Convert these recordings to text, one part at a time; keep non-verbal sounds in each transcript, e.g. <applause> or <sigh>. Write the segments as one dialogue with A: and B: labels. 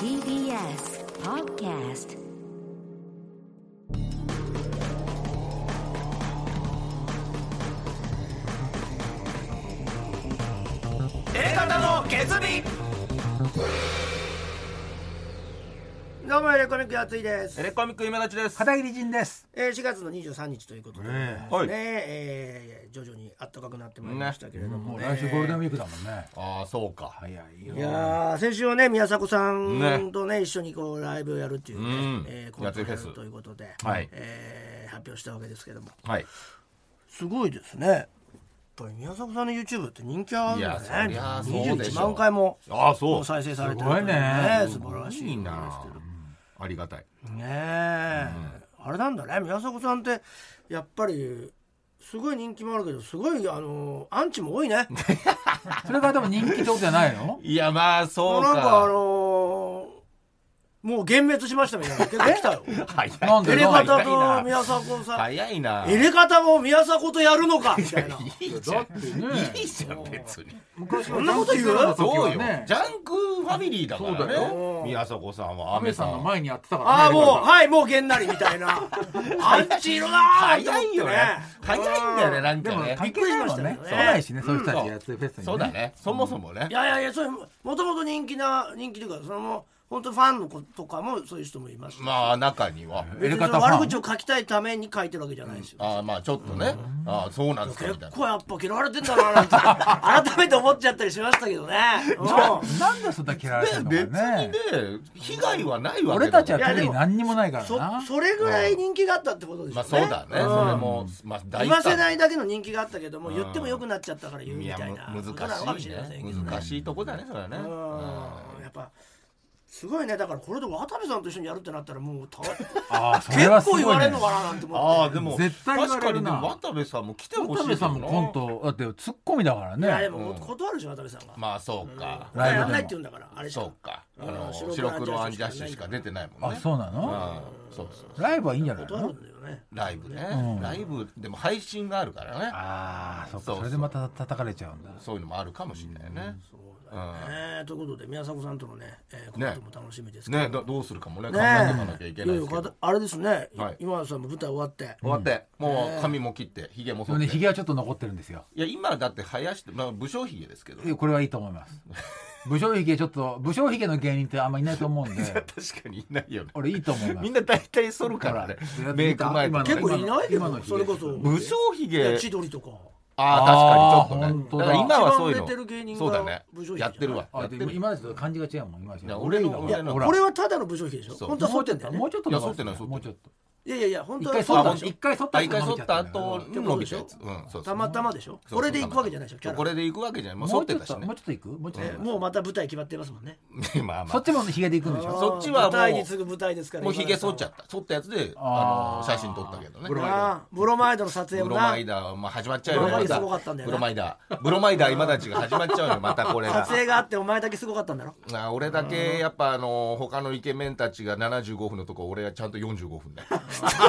A: TBS Podcast
B: 方の決意
C: どうもエレコミックやついです
B: エ。レコミック今立ちです
D: 片桐仁です。
C: えー、4月の23日ということで、ね
B: はい
C: えー徐々に暖かくなってまいりましたけれども、
D: もう
C: ね
D: 来週ゴールデンウィークだもんね。
B: ああそうか
D: 早いよ
C: い。やー先週はね宮迫さんとね一緒にこうライブをやるっていうね、
B: うん
C: えーコントをや
B: やついフェ
C: る
B: ス
C: ということで、
B: はい
C: えー発表したわけですけども
B: はい
C: すごいですねやっぱり宮迫さんの YouTube って人気あるんだね
B: いやそりゃそうでしょ
C: 21万回も
B: ああそ
C: も
B: う
C: う再生されてる
D: すごいね
C: 素晴らしい
B: いい
C: で
B: な
C: すけど
B: ありがたい？
C: ねえ、あれなんだね宮迫さんってやっぱりすごい人気もあるけどすごいあのアンチも多いね
D: <laughs> それがでも人気ってことじゃないの
B: いやまあ
C: も
B: そうう
C: なんかあ
B: か
C: のもう幻滅しましたみたいな結構来たよ
B: 早い
D: なん
C: エ
D: で
C: レ
D: な
C: カ
D: ん
C: タ
D: で
C: と宮迫さん
B: 早いな
C: エレカタも宮迫とやるのかみたいない
B: いじゃん
D: ね
B: いいじゃん別に
D: 昔
C: そんなこと言う
B: そうよ
D: ね
B: ジ。ャンクファミリーだから
D: そうだ
B: ね
C: よ
B: 宮迫さんは
D: ア
B: 阿部
D: メ
B: さ
D: さんの
B: んは
D: 前にやってたからね。
C: ああもう
D: う。
C: はいもうげんなりみたいなアンチいるなーって思っ
B: 早
C: て
B: いよね早いんだよねなん
D: で
B: か
D: も
B: ね
D: 関係ないもんね。
C: びっくりし
D: 来
C: ましたよね
D: ないしね、そういう人たちやってるフェスにね。
B: そうだ。ねそもそもね
C: いやいやいやそれももともと人気な人気というかその本当ファンの子とかもそういう人もいますし
B: まあ中には
D: エ
C: 別
D: レ
C: にそ
D: カ
C: の
D: タファン
C: 悪口を書きたいために書いてるわけじゃないですよ。
B: ああまあちょっとねああそうなんですかみ
C: 結
B: たいな
C: 構やっぱ嫌われてんだななんて改めて思っちゃったりし <laughs> ましたけどね。うん
D: なんでそんな嫌われてんの
B: で別
D: か
B: にね
D: ね。
B: 被害はないわけ
D: 俺
B: だ
D: た
B: か
D: ち
B: ら
D: は特に何にもないから
C: そ
D: な。
C: それぐらい人気があったってことでしょ
B: ま
C: う
B: あ
C: ね。
B: そうだね、
C: ん
B: それも、まあ、大
C: 言わせないだけの人気があったけども言ってもよくなっちゃったから言う
B: い
C: み
B: や
C: たいな
B: む
C: ことなのか
B: 難
C: も
B: し
C: し
B: い
C: れませ
B: ね
C: んけどね。
B: 難しいとこだねそれはね、
C: うんやっぱすごいねだからこれで渡部さんと一緒にやるってなったらもうた
D: ああ、そ
C: 結
D: れはす
C: 構
D: ごい
C: 言われ
D: ね
C: るの。かななんて思って。
B: ああでも
D: 絶対言わ
B: 確か
D: れる
B: にで
D: な
B: も渡部さんも来てほし
D: 渡
B: いけ
D: 部
B: ど
D: さんもコントだってツッコミだから
C: いやで
D: ね。
C: も断るでしょ渡部さんが。
B: まあそうか、
D: ライブでも
C: やんないって言うんだからあれしか
B: そうかあ
C: う
B: の
C: ん
B: 白黒アンジャッシュしか出てないもん
D: あ、
B: ね
D: そうな
B: う
D: の？
B: んそうそう
D: ライブはいいんじゃない
C: 断る
D: の？
C: んだよね。
B: ライブね、
D: うん
B: ライブでも配信があるからね
D: ああ、そっ
B: そ
D: か。
B: うそう
D: それでまた叩かれちゃうんだ。
B: そういうのもあるかもしれないね、
C: そうだね、ということで宮迫さんとのね、えー、この後も楽しみですけど
B: ねどどうするかもね考えていかなきゃいけないですけど、
C: ややあれですね、
B: はい
C: 今田さんも舞台終わって、
B: 終わって、もう髪も切ってひげ
D: で
B: も剃っ
D: も
B: て、
D: ね、ヒゲはちょっと残ってるんですよ。
B: いや今だって生やして、まあ、武将ひげですけど
D: いやこれはいいと思います武将髭ちょっと武将髭の芸人ってあんまいないと思うん
B: <laughs>
D: で
B: 確かにいないよね
D: 俺いいと思います
B: みんな大体剃るからね
D: ほら
B: メイク前とか
C: 結構いないけ
D: 今
C: ど
D: の
C: それこそ
B: 武将ひ
C: いや
B: げ
C: 千鳥とか
B: ああ確かにち
D: あー
B: ょっと
D: 本当だ
B: ねだから今はそういう
C: 一番売れてる芸
B: の
C: 人が
B: そうだね
C: 武将髭じゃ
B: や
C: ない
B: ってるわや
D: あ
B: っ
D: で
B: てる
D: も
B: わい
D: 今ですと感じが違うもん今じ
B: い
D: ゃ
B: や俺の
D: がほ
B: 俺
D: ら
B: の
D: ほら
C: これはただの武将兵でしょ
B: そう
C: 本当はそうってんだよね
D: もうちょっと
B: いや
D: 伸ばす
B: 剃ってない剃ってない
D: もうちょっと
C: いやいやいや本
D: 一
C: 当は
D: 回
C: そ
D: 剃
C: うだ
D: っ
C: で
D: た
C: しょ
D: 一回剃った
B: 一回剃った後
D: も
B: に伸びたやつうんそうそう
C: たまたまでしょ
B: そう
C: これで行くわけじゃないでしょキャ
B: こ
C: ラ
B: れで行くわけじゃないもう
D: う
B: 剃っ
D: ち
B: て
D: ょった
B: し
D: と
B: ね
D: もうちょっといくもうちょっといく
C: もうまた舞台決まってますもんね
B: <laughs> まあま
D: そっ
B: あ
D: ちもヒゲでいくんでし
C: あー
D: ょ
B: そっちはもう
C: 舞台に次ぐ舞台ですから
B: もうひげ剃っちゃ
C: っ
B: った剃ったやつであ
D: あー
B: の写真撮ったけどね
D: ブロマイ
C: ああブロマイドの撮影
B: ブ
C: も
B: ロ
C: な
B: マイダーまあ始まっちゃうよ
C: ブロマイダーすごか
B: ま
C: ったんだよ
B: ブ
C: な
B: ロマイダーブロマイダー今たちが始まっちゃうよまたこれ
C: <laughs>
B: が
C: 撮影があってお前だけすごかったんだろ
B: あ俺だけやっぱあの他のイケメンたちが75分のとこ俺はちゃんと45分
C: <laughs>
B: だよ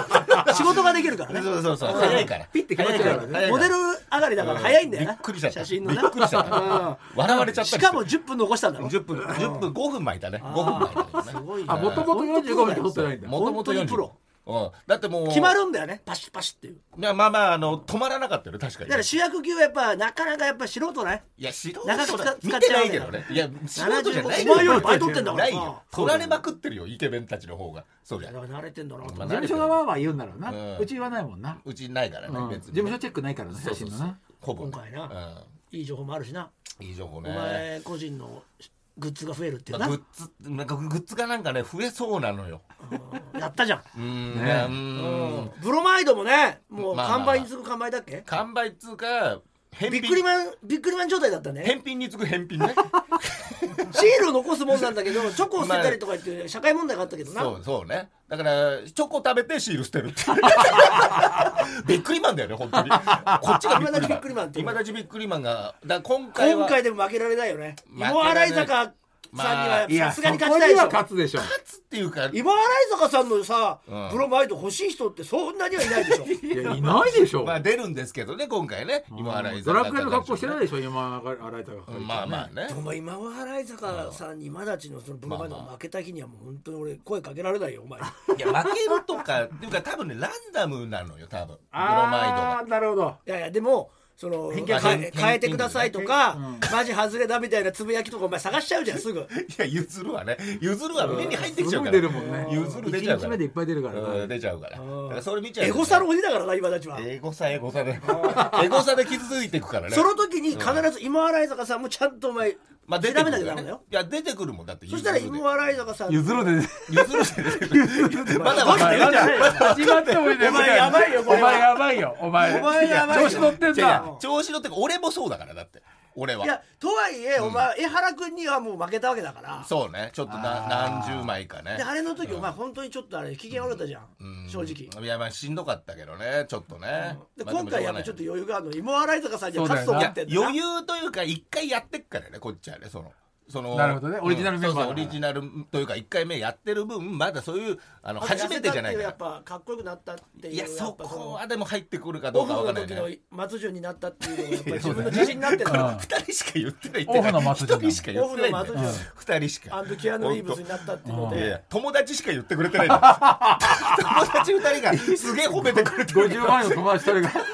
C: 仕事ができるからね
B: そうそうそう早いから
D: ピッて決まっちゃうからね
B: 早い
C: モデル上がりだから早いんだよな
B: びっくりしちゃった
C: 写真のな
B: びっくりしちゃった
C: うん
B: 笑われちゃったりして
C: しかも10分残したんだろ
B: 10分10分5分巻いたね5分巻いたけ
C: す
B: どね
C: ごい
D: あ
C: な
D: もともと45分で剃ってないんだ
B: もともと
C: 本当にプロ
B: 40うんだってもう
C: 決まるんだよねパシッパシッっていう
B: いやまあまああの止まらなかったよね確かに
C: だから主役級はやっぱなかなかやっぱ素人ね
B: いや素人
C: 長く
B: だ
C: 使
B: 見
C: 使ってちゃ
B: ない
C: うわけ
B: け
C: だ
B: どねいや素人じゃない
C: 75お前より倍取ってんだから
B: ないよ
C: そ
B: 取
C: うだ
B: ら
C: よ
B: れまくってるよイケメンたちの方がそり
C: だ
B: ゃ
C: から慣れてんだなと
B: まあ
C: 思っ
D: 事
C: て
D: 務所がわーわー言うんだろう
B: うん
D: なうち言わないもんな
B: うちないから
D: うん
B: ね
D: 事
B: 別に
D: 務所チェックないからね写真のな
B: ほぼね
C: 今回なたいい情報もあるしな
B: うんいい情報
C: お
B: ね
C: 前個人のグッズが増えるっていう
B: まあ
C: な
B: グッズなんかグッズがなんかね増えそうなのよ
C: うんやったじゃん
B: うーん
D: ね
B: ねうー
C: う
B: ん
C: んブロマイドもねもう
B: まあまあ
C: 完売に次ぐ完売だっけ
B: 完売っつうか返
C: ビ
B: 品
C: ックリマンビックリマン状態だったね
B: 返品に次ぐ返品ね
C: シールを残すもんなんだけど
B: <laughs>
C: チョコを捨てたりとか言って社会問題があったけどな、
B: そうそうねだからチョコ食べてシール捨てるってびっくりマンだよね本当にこっちがびっくりマン
C: 今立ちびっくりマンっていう
B: 今立ちびっくりマンがだから今回は
C: 今回でも負けられないよね
B: 負けられない
C: 芋洗坂
B: まあ
C: さんにはやっ
E: い
C: ぱ
E: や
C: さす
E: そこ
C: が
E: に
C: に勝ちたいでしょ
E: は勝つでしょ
B: つっていうか
C: 今洗坂さんのさ、
B: うん
C: ブロマイド欲しい人ってそんなにはいない
B: <laughs>
C: でしょ
E: いやいないでしょ
B: まあ出るんですけどね今回ね今洗い
E: ドラクエの格好してないいでしょ今洗いたが
B: まあまあね
C: でも今洗坂さんに今立ちのそのブロマイドが負けた日にはもう本当に俺声かけられないよお前
B: いや負けるとかっていうか多分ねランダムなのよ多分ブロマイド
E: あ
B: が
E: あーなるほど
C: いやいやでもその変
B: 形
C: え
B: 変
C: 変えてくださいとか、マジ外れだみたいなつぶやきとかお前探しちゃうじゃんすぐ
B: いや譲るわね譲るわ目に入ってきちゃうから
E: すごい出るもんね
B: 譲る出ちゃうか
E: 1日
B: ら
E: 目でいっぱい出るからね
B: うん出ちゃうからだからそれ見ちゃう
C: エ
B: よね
C: ゴサの鬼だからな今立ちは、
B: エゴサエゴサでエゴサで傷ついていくからね
C: その時に必ず今洗坂さんもちゃんとお前、
B: まあ出て
C: 調
B: く
C: べなき
B: るよ
C: ゃダメだ
B: ね
C: よ
B: いや出てくるもんだって
C: そしたら
B: 譲るで
C: 今洗坂さん
D: 譲るで
E: <laughs>
D: ね
B: 譲るしてねまだまだ
C: まだ
D: 始まってもいいね
C: お前やばいよ
D: お
C: これは
D: 前やばいよお前
C: お前やばいよ
D: 調子乗ってん
B: いやい
D: だ
B: や調子乗ってか俺もそうだからだって俺はい
C: やとはいえ、お前江原君にはもう負けたわけだから
B: そうねちょっとな何十枚かね
C: であれの時、お前本当にちょっとあれ機嫌悪かったじゃん、
B: うん
C: 正直、
B: いやまあしんどかったけどねちょっとね、
C: で
B: まあ
C: 今回やっぱちょっと
B: い
C: 余裕があるの芋洗坂さんには勝つ
D: そ
C: と
D: う
C: 思
D: だ
B: や
C: ってんだ
B: 余裕というか一回やってっからねこっちはねそのその
D: なるほどねオリジナルメンバーだ
B: そうそうオリジナルというか一回目やってる分まだそういうあの初めてじゃないか
C: か
B: ら
C: や
B: ら
C: っぱかっこよくなったっていう
B: いや
C: や
B: そ
C: っぱ
B: こ
C: の
B: はでも入ってくるかど
C: オ
B: うかわ
C: フ
B: かん
C: の
B: ない
C: 時の
B: ね
C: 松潤になったっていうのがやっぱり自分の自信になってるか
D: <laughs> そうだ
C: ら
D: よね
B: 二人しか言ってないって
D: オフの松潤
B: 一人しか言ってないんだ
C: オフの
B: よ
C: 松潤
B: 二人しか
C: アンドキアヌ・リーブスになったっていうの
B: いやい
C: で
B: や友達しか言ってくれて
C: <laughs>
B: ないんだよ友達二人がすげえ褒めてくれてる
E: 50万円の友達1人が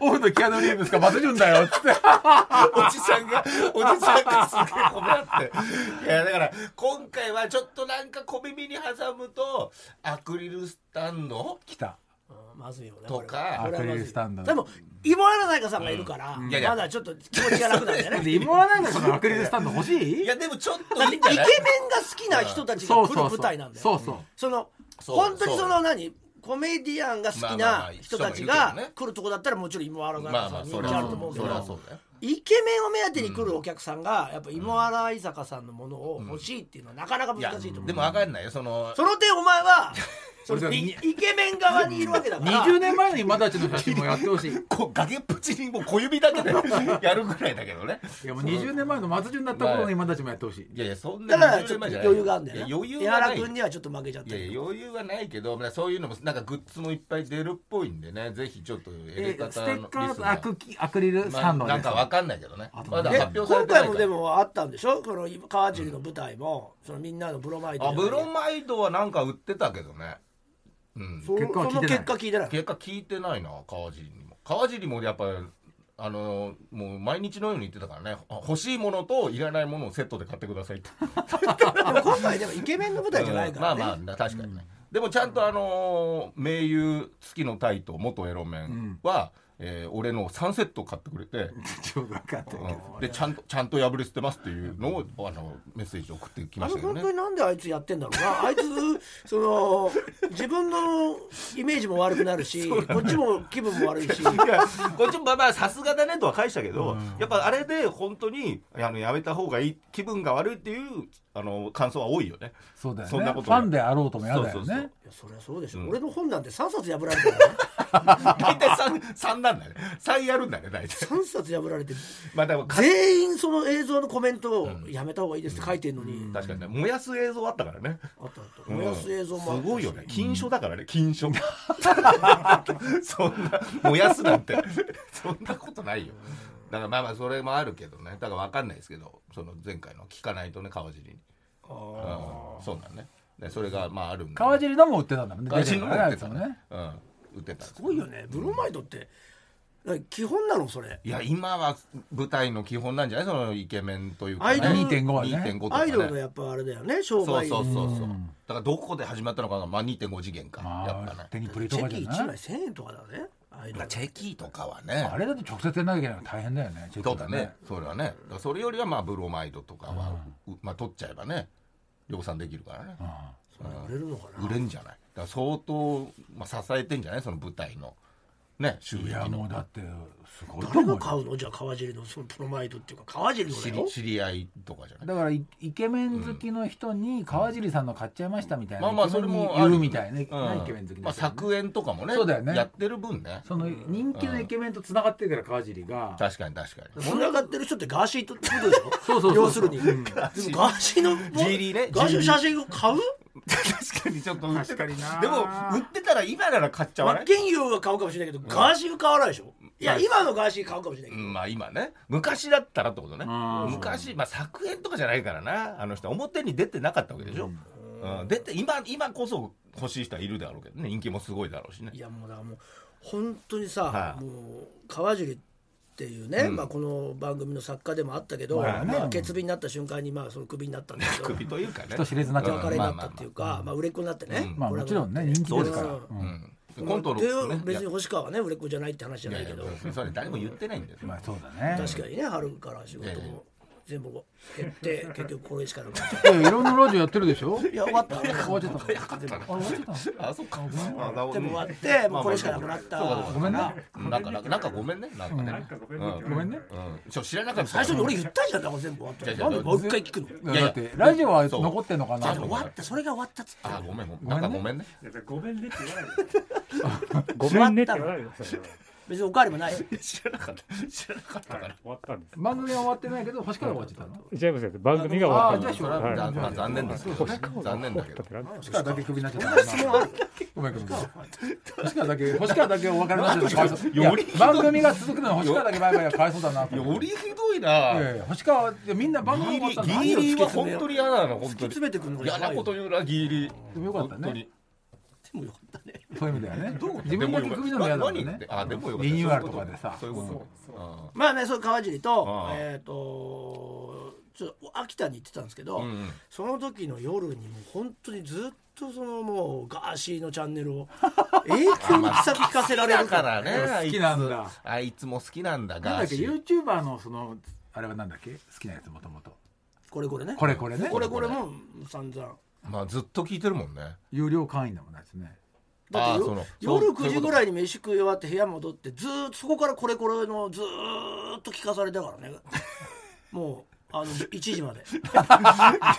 D: オフのキアヌ・リーブスが待てるんだよっつって
B: おじさんがおじさんがすげえ褒め合っていやだから今回はちょっとなんか小耳に挟むとアクリルスタンド
D: 来た
C: うんまずいよね
B: とか
C: これは
D: アクリルスタンド
C: でも芋洗坂さんがいるから、
B: んいやいや
C: まだちょっと気持ちが楽なんだよね
B: <laughs>
D: で芋はなんかそのアクリルスタンド欲し
B: い
D: い
B: やでもちょっと
C: だって
B: いい
C: イ
B: ん
C: ケ
B: じ
C: メン
B: ゃ
C: が
B: ない
C: 好きな人たちが来る舞台なんだよ。
D: そうそう
C: その
B: そう
C: 本当にそ
B: そ
C: の何コメディアンが好き
B: まあまあま
C: な
B: あ
C: 人た
B: 人も
C: ち
B: いる
C: が
B: けどね
C: 来るとこだったらもちろん芋洗
B: ま
C: 坂
B: あ
C: さ
B: まあ
C: ん
B: そ
C: 人
B: れ
C: 気あ
B: は
C: ると
B: そ
C: 思う
B: う
C: け
B: それはそ
C: ど
B: うだよ
C: イケメンを目当てに来るお客さんがやっぱ芋洗坂さんのものを欲しいっていうのはなかなか
B: いや
C: 難しいと思
B: で
C: う
B: も分かんないよその
C: その点お前はその
E: 俺
C: イ
E: だ
C: イケメン側にいるわけだから
E: 20年前の今たちの写真もやっ
B: <laughs>
E: てほしい
B: こう崖っぷちにもう小指だけ
C: <laughs>
B: でやるぐらいだけどね
E: いやもう20年前の松潤だった頃の今たちもやってほしい
B: いやいやそんな
C: だから
B: 20
C: ちょ
B: 年
C: っと
B: 前じゃな
C: 余
B: い
C: 裕があるんだよ
B: い
C: な
B: や余裕
C: 江
B: はな
C: 原
B: い
C: 君にはちょっと負けちゃっ
B: い
C: て
B: やい
C: る
B: や余裕はないけどまあそういうのもなんかグッズもいっぱい出るっぽいんでねぜひちょっとやり
E: え
B: 方の
E: ステッカー
B: リス
E: と
B: ナ
E: アクキアクリルスタンド
B: まあなん
E: です
B: かわかんないけどねまだ
C: で
B: 発表され
C: 今
B: てない
C: 回
B: から
C: もでもあったんでしょこの川尻の舞台もそのみんなのブロマイド
B: あ
C: の
B: ブロマイドはなんか売ってたけどねうん
C: そ
E: 結果は聞いて
C: その
E: ない
C: 結果聞いてない
B: 結果聞いてないな川尻にも川尻もやっぱりあのもう毎日のように言ってたからねあ欲しいものといらないものをセットで買ってくださいって
C: でも今回でもイケメンの舞台じゃないから、ね
B: まあまあ確かにね、でもちゃんとあのー盟友月のタイと元エロメンは、えー俺の3セット買ってくれて、
E: <laughs> ちょっと分かってるけど
B: うんでちゃんとちゃんと破れ捨てますっていうのをあのメッセージ送ってき
C: あ
B: まし
C: の
B: たけど
C: 本
B: ね
C: 当になんであいつやってんだろうなあいつその自分のイメージも悪くな
B: <laughs>
C: るしこっちも気分も悪いし
B: いやこっちもまあまあさすがだねとは返したけど、やっぱあれで本当にあのやめた方がいい気分が悪いっていうあの感想は多いよね
D: そうだよ
B: そん
D: ね
B: な
D: フ
B: こと
D: ァンであろうともやだ
B: そ
D: よ
B: うそうそ
D: ね
B: う
C: いやそりゃそうでしょ、
B: ん
C: 俺の本なんて3冊破られてるからね
B: 大体 3, 三なんだね3やるんだね大体
C: 3冊破られて
B: まあでもか
C: 全員その映像のコメントをやめた方がいいですって書いてるのに、
B: 確かにね燃やす映像あったからね
C: あったあった燃やす映像もあ
B: う
C: っ
B: ん
C: た
B: すごいよね禁書だからね禁書そんな燃やすなんてそんなことないよだからまあまあそれもあるけどねだからわかんないですけどその前回の聞かないとね川尻にうんそうなんねでそれがまああるんで
D: 川尻のも売ってたんだもんね
B: 川尻のも売って
D: 出て
B: た
D: るか
B: ね
D: らね
B: うん売ってたす
C: すごいよねブロマイドってだから基本なのそれ
B: いや今は舞台の基本なんじゃないそのイケメンというか、
C: アイドル
D: 2.5はね
B: 2.5とか、ね、
C: アイドルのやっぱあれだよね商
B: そう
C: 売
B: そうそうそうだからどこで始まったのかが、まあ、2.5次元か、やっぱ
D: あ
B: ね
D: あ手にプリ
C: チ
D: と
C: ェ
D: か
C: キ
D: じゃ
C: 1
D: な
C: 枚
D: い
C: 1000円とかだねアイド
B: まあ
C: ル
B: チェキとかはね
D: あれだと直接やんなきゃいけないの大変だよねチェキ
B: そうだねそれはねだからそれよりはまあブロマイドとかは、うまあ、取っちゃえばね量産できるからね、
C: それ売れるのかな
B: 売れんじゃないだから相当、まあ、支えてんじゃないその舞台のね収益
D: いやも
B: の
D: うだってすごいと
C: 誰
D: 思
C: が
D: う
C: 買
D: よ
C: うのじゃあ川尻のそのプロマイドっていうか川尻のだ
B: 知
C: よ
B: り知り合いとかじゃない
D: だからイイケメン好きの人に川尻さんの買っちゃいましたみたいな、
B: まあまあそれも
D: 言
B: ある
D: うみたいな、ね
B: うん
E: イケメン好きな人ね
B: まあ、作演とかもね
D: そうだよね
B: やってる分ね
D: その
E: 人気のイケメンと繋がってるから川尻が
B: 確かに確かに
C: つながってる人ってガーシーとってこ
B: <laughs>
C: とでしょ
E: そうそうそう
C: 要するに、でもガーシーの
B: ジーリーね
C: ガーシーの写真を買う
B: 確かにちょっと
E: 確かにな
B: でも売ってたら今なら買っちゃわ
C: 真
B: ない、
C: 剣佑は買うかもしれないけど、ガーシーは買わないでしょいや、
B: はい
C: 今のガーシー買うかもしれないけ
B: う
C: ど、
B: んまあ今ね昔だったらってことね
E: うん
B: 昔、まあ、作演とかじゃないからなあの人表に出てなかったわけでしょ、うん出て今今こそ欲しい人はいるだろうけどね人気もすごいだろうしね
C: いやもうだからもう本当にさ、
B: はい
C: もう川尻っていうね、まあ、この番組の作家でもあったけど、
D: まあね
C: まあ、決になった瞬間にまあそのクビになったんだけ
B: <laughs>
C: ど
B: 首というかね
D: 人知れずなっちゃう
C: 別
D: か
C: れ
D: ら
C: になったっていうか、まあ、売れっ子になってね、
D: まあ
C: これ
D: も
C: は
D: ちろんね人気ですから、
C: う
B: まあまあ
D: うん
B: うん、コントロール
C: で
B: ね
C: 別に星川はね売れっ子じゃないって話じゃ
B: い
C: な
B: や
C: い
B: い
C: け
B: や
C: ど
B: それ誰も言ってないんですよ、
D: まあそうだね
C: 確かにね春から仕事
B: え
C: も全部減って結局これしかなくなっちゃ
E: いやいろんなラジオやってるでしょ
C: ういや終わった
D: 終わっちゃった
C: 終わっ
D: <laughs> あ終わっちゃったの
B: あそっかあな
C: でも終わってもうこれしかなくなった
B: そうかそうか
D: ごめんね
B: なんかなんかなんかごめんねなんかね、うん
E: ごめんね
B: うん、ちょ知らなかった
C: 最初に俺言ったじゃんだから全部終わった
B: い
C: の
B: や
C: ないん
B: や
C: でもう一回聞くの
D: いや
B: いやいや
D: だってラジオは
B: そう
D: 残ってんのかな
C: あ
D: と
C: でも
D: 思
C: 終わったそれが終わったっつって
B: あごめんなんかごめんね
F: いやごめんねって言わない
C: ご
F: で。ごめん
C: んね
F: ねっ
C: ってて言わ
F: 言わないで。それは
C: 別におかわり
B: <laughs>
C: もない
B: 知らなかった知らなかったか
F: は
B: ら
F: い、終わったんです。
D: 番組は終わってないけど星から終わっちゃったの
F: 違いますよ。番組が終わったんです。
D: あ
F: はい
D: じゃ
B: ざまあ残念ですけどね残念だけど
F: 終わったって
D: 星川だけクビになっちゃったごめんごめん星川だけ星川だけお別れになっちゃったかわいそういや
B: よりひどい
D: 番組が続くのに星川だけバイバイがかわいそうだなと思っ
B: よ
D: て
B: りひどい
D: い
B: な
D: やいや星川いやみんな番組
B: ギ
D: 終わっ
B: リ
D: たの
B: ギリは本当に嫌なの本当
C: 突き
B: に
C: 詰めてくるのが
B: 嫌なこと言うなギリ
D: でもよかったね
B: 本当に
C: でもよかったね
D: そういう意味だよね自
B: でも
D: 分だけ
B: よかった
D: クビなの嫌だもん
B: 何言っ
D: ね
B: てあでもよかった
D: リニューアルとかでさ
B: そういうことね
F: そう
C: まあねそう川尻と
B: ああ
C: えっとちょっと秋田に行ってたんですけど
B: うんうん
C: その時の夜にもう本当にずっとそのもうガーシーのチャンネル
B: <laughs>
C: を永久に先聞かせられ
B: だ
C: るか
B: かららね <laughs> あ
E: 好
B: い
E: き
B: つ
E: なんだ
B: あいつも好きなんだ
E: なん
B: ガ
E: だ
B: ー
E: っけ
B: シー
E: YouTuber のそのあれはなんだっけ好きなやつもともと
C: これこれね
E: これこれね
C: これこれも散々
B: まあずっと聞いてるもんね
E: 有料会員だもんねあいつね
C: だ
B: あ
C: っ
B: あ
C: て
B: そ
C: よ
B: の
C: 夜
B: そう
C: 9時ぐらいに飯食い終わって部屋戻ってずーっとそこからこれこれのずーっと聞かされたから
B: <laughs>
C: ねもうあの1時まで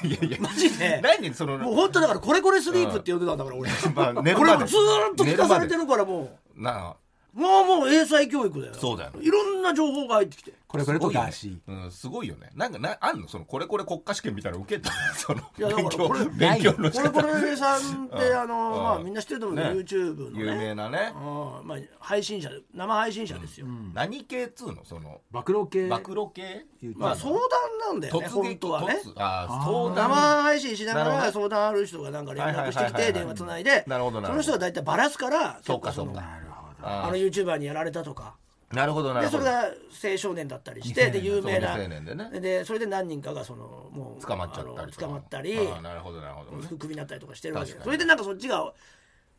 B: いやいや
C: マ
B: <laughs>
C: ジで
B: 何その
C: もう本当だからこれこれスリープって呼んでたんだから俺
B: <laughs> まあ寝る
C: これ
B: ま
C: も
B: で
C: ずーっと聞かされてるからもう
B: なあ
C: もうもう英才教育だよ
B: そうだよ
C: いろんな情報が入ってきて
E: これこれとガーシ
B: うん、すごいよね。なんかな、あんのその、これこれ国家試験みたいなの受けた <laughs> その、
C: いやだから
B: 勉強
C: これ、
B: 勉強の仕
C: これ
B: 方。
C: これさんってあの
B: <laughs> うん
C: まあみんな知ってると思うけど
B: ね
C: YouTube の
B: 有
C: ね
B: 名なね。
C: うんまあ配信者生配信者ですよ
B: 何系っつうのその、
E: ー暴露系
B: 暴露系
C: まあ相談なんだよね
B: 突
C: 本
B: 撃
C: 当はね
B: 突あー
C: 生
B: 相談。
C: 配信しなが
B: なるほ
C: ら
B: ど
C: 相談ある人がなんか連絡して
B: はいはい
C: き
B: はいは
C: て
B: い
C: 電話つないで
B: なるほど
C: そ
B: なるほど
C: の人が大体バラすから
B: そうか
C: 結
B: そ
C: 構
B: うか。
C: の
E: なるほど
C: あ
B: あ
C: の
B: ー
C: YouTuber にやられたとか
B: なるほどな
C: で
B: る
C: そ
B: ほ
C: れ
B: ど。
C: が青少年だったりしてで有名な
B: そう未成年でね
C: でそれで何人かがそのもう
B: 捕まっちゃった
C: あの
B: りとか。
C: 捕まったり
B: あーなるほどなるほど。
C: クビになったりとかしてるわけ
B: 確かに
C: それでなんかそっちが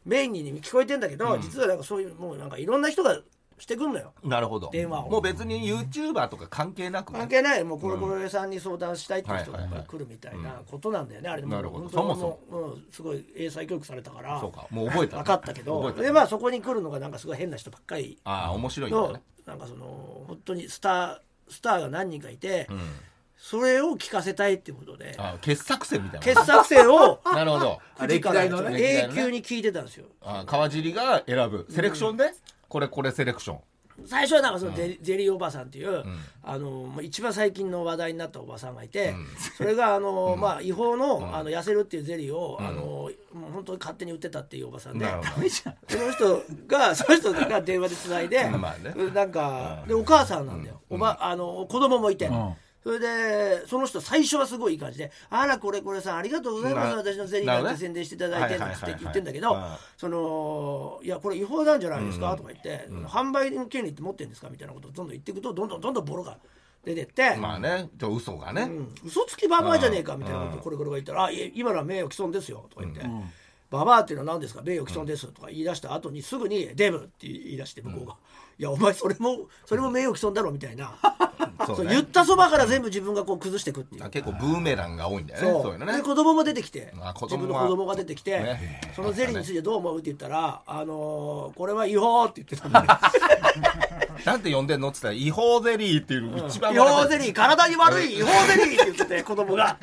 C: メインに聞こえてんだけど、実はなんかそういうもうなんかいろんな人がしてくんのよ
B: なるほど。
C: 電話を
B: もう別に YouTuber とか関係なくね。
C: 関係ないもうコロコロさんに相談したいっていう人
B: はいはい
C: が
B: はい
C: 来るみたいなことなんだよね、あれで
B: なるほど
C: 本当に
B: そも
C: う、うん、すごい英才教育されたから
B: そうか。もう覚えたね。
C: 分かったけど
B: 覚え
C: で
B: た。
C: まあそこに来るのがなんかすごい変な人ばっかり
B: ああ、面白いんだ
C: と、
B: ね。
C: なんかその本当にスタースターが何人かいて、
B: うん。
C: それを聞かせたいってことで
B: あー傑作選みたいな。
C: 傑作選を
B: なるほど。
C: 9時から
E: 歴代のね
C: 永久に聞いてたんですよ。
B: あ川尻が選ぶセレクションで、これこれセレクション
C: 最初はなんかそのゼリ,、ゼリーおばさんっていう、あのもう一番最近の話題になったおばさんがいて、それがあの、まあ、違法の,、あの痩せるっていうゼリーを、あのもう本当に勝手に売ってたっていうおばさんで
B: なるほど
C: <laughs> その人が <laughs> その人が電話でつない <laughs> で
B: まあね
C: なんかでお母さんなんだよ、おばあの子供もいて。
E: ん
C: それでその人最初はすごいいい感じで「あらこれこれさんありがとうございます
B: な
C: 私のゼリー
B: な
C: な
B: る
C: ん
B: ほど
C: て
B: ね
C: 宣伝していただいて」なんて言って言ってんだけど
B: はいはいはいはい
C: そのいやこれ違法なんじゃないですかとか言って、販売の権利って持ってるんですかみたいなことをどんどん言っていくとどんどんどんどんボロが出てって、
B: まあねちょ嘘がね、
C: うん、嘘つきババアじゃねえかみたいなことをこれこれが言ったら「あいえ今のは名誉毀損ですよ」とか言って、ババアっていうのは何ですか名誉毀損ですとか言い出した後にすぐにデブって言い出して向こうが、いやお前それもそれも名誉毀損だろみたいな、
B: そう
C: <laughs> そ
B: ね
C: う言ったそばから全部自分がこう崩していくっていう
B: あ。結構ブーメランが多いんだよね
C: そ
B: そうういうのね
C: で子供も出てきて
B: あ子
C: 自
B: 供は
C: 分の子供が出てきて、
B: ね
C: そのゼリーについてどう思うって言ったら「あのーこれは違法」って言ってた
B: <laughs>
C: んだよ
B: なんて呼んでんのって言ったら違法ゼリーっていうの一番
C: 違法ゼリー体に悪い違法ゼリーって言ってて子
B: <laughs>
C: 供が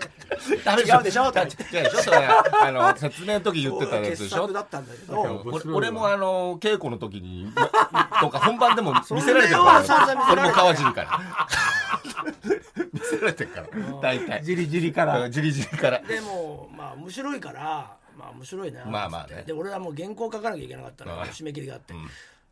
B: ダメ
C: 違うでしょ
B: 違うでしょそれあの説明の時言ってたやつ
C: 傑
B: でしょ
C: 作だったんだけ
B: いや
C: ど
B: 俺俺もあの稽古の時にまとか本番でも見せられてる
C: それ
B: か
C: は散々見
B: ら
C: せ
B: そ
C: られてる
B: れも川尻から <laughs> 見せられてるから大体
E: じりじりから
B: じりじりから
C: でもまあ面白いからまあ面白いな
B: まあまあね
C: つってで俺はもう原稿書かなきゃいけなかったの
B: うん
C: 締め切りがあって、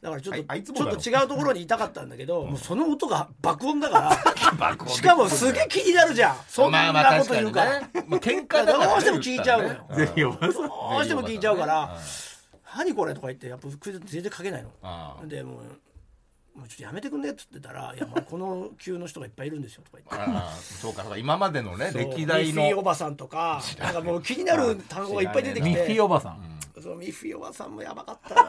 C: だからちょっと
B: あいあいつも
C: ち
B: だろ
C: ょっと違うところにいたかったんだけど、もうその音が爆音だか
B: <laughs> 爆
C: ら
B: 音
C: しかもすげえ気になるじゃんそん
B: まあま
C: な
B: あ
C: こと言う
B: 確
C: か。
B: からにねまあ喧嘩
C: だ
B: だ
C: か
B: からら
C: どうしても聞いちゃうのよ
B: ね
E: ぜひおば
B: <laughs>
E: さん
C: どうしても聞いちゃうから「何これ?」とか言ってやっぱクイズ全然書けないの
B: ああ
C: でもうもうちょっとやめてくんねっつってたら「いやもうこの級の人がいっぱいいるんですよ」とか言って
B: ああそうかそうか今までのね <laughs> 歴
C: ミ
B: 代
C: ッフィーお
B: の
C: ばさんとかなんかもう気になる単語がいっぱい出てき
E: ミッフィ
C: て
E: ーおばさん
C: そのミッフィーおばさんもやばかったな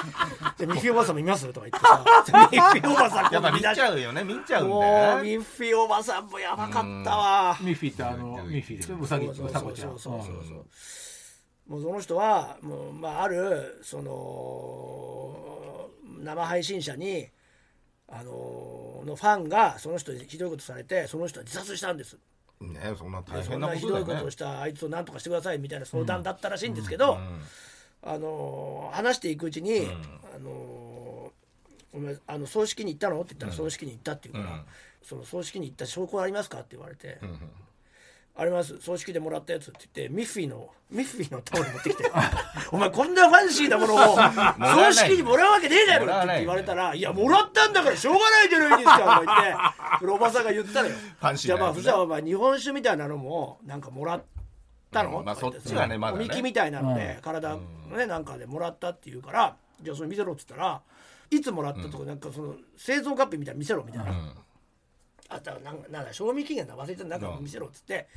C: <laughs> じゃあミッフィーおばさんもいますとか言ってさミッフィーおばさん
B: やっぱ見
C: 見
B: ちゃうよね見ちゃうんだ
C: も
B: よ
C: う
B: ね
C: ミッフィーおばさんもやばかったわ
E: ミッフィーってあのミッフィーでうさぎ
C: そう
E: う
C: そう
E: さ
C: そ
E: こ
C: う
E: ち
C: そ
E: ゃん
C: うそうそうもうその人はもう、まあ、あるその生配信者にあののファンがその人にひどいことされてその人は自殺したんです
B: ねそんな大
C: そ
B: 変
C: ん
B: な
C: な
B: こ
C: ひ
B: と
C: ど
B: だ
C: いこと
B: よ
C: を
B: ね
C: したあいつを何とかしてくださいみたいな相談だったらしいんですけど、あの話していくうちに、あのお前あの葬式に行ったのって言ったら葬式に行ったって言うから、その葬式に行った証拠はありますかって言われて、あります葬式でもらったやつって言ってミッフィーのミッフィーのタオル持ってきて <laughs> お前こんなファンシーなものを葬式にもらうわけねえだろって言われたら「いやもらったんだからしょうがないじゃないですか」とか言ってそれおばさんが言ったのよ。
B: ファンシ
C: じゃ
B: ー
C: あま
B: な
C: あ
B: やつ
C: そした
B: ね
C: らまあ日本酒みたいなのもなんかもらったの、
B: うんまあそっちはねまだね
C: おみきみたいなので、体のねなんかでもらったっていうからじゃあそれ見せろっつったらいつもらったとか、なんかその製造カップみたいなの見せろみたいな、あとはなんかなんだ賞味期限だ忘れてた中見せろっつって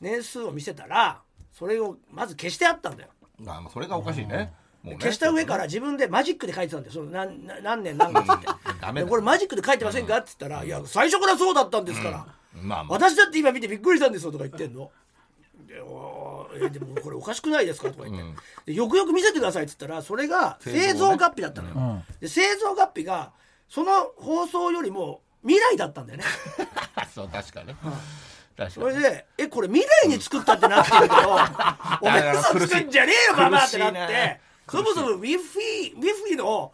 C: 年数を見せたらそれをまず消してあったんだよ。
B: あまあそれがおかしいねもうね
C: 消した上から自分でマジックで書いてたんですよその何何何年何月って
B: うんダメ
C: で
B: だ
C: これマジックで書いてませんかって言ったら「いや最初からそうだったんですから、
B: まあまあ
C: 私だって今見てびっくりしたんですよ」とか言ってんの。でおーえでもこれおかしくないですかとか言って、でよくよく見せてくださいって言ったらそれが製造月日だったのよ、で製造月日がその放送よりも未来だったんだよね
B: そう確かね確
C: そ
B: か
C: れ
B: に
C: で「えこれ未来に作ったってなってる
B: <laughs>
C: けどお前
B: だから
C: 嘘作んじゃねえよババア」ってなっ
B: 苦しい
C: て
B: ね
C: そもそもウィッフィーウィッフィーの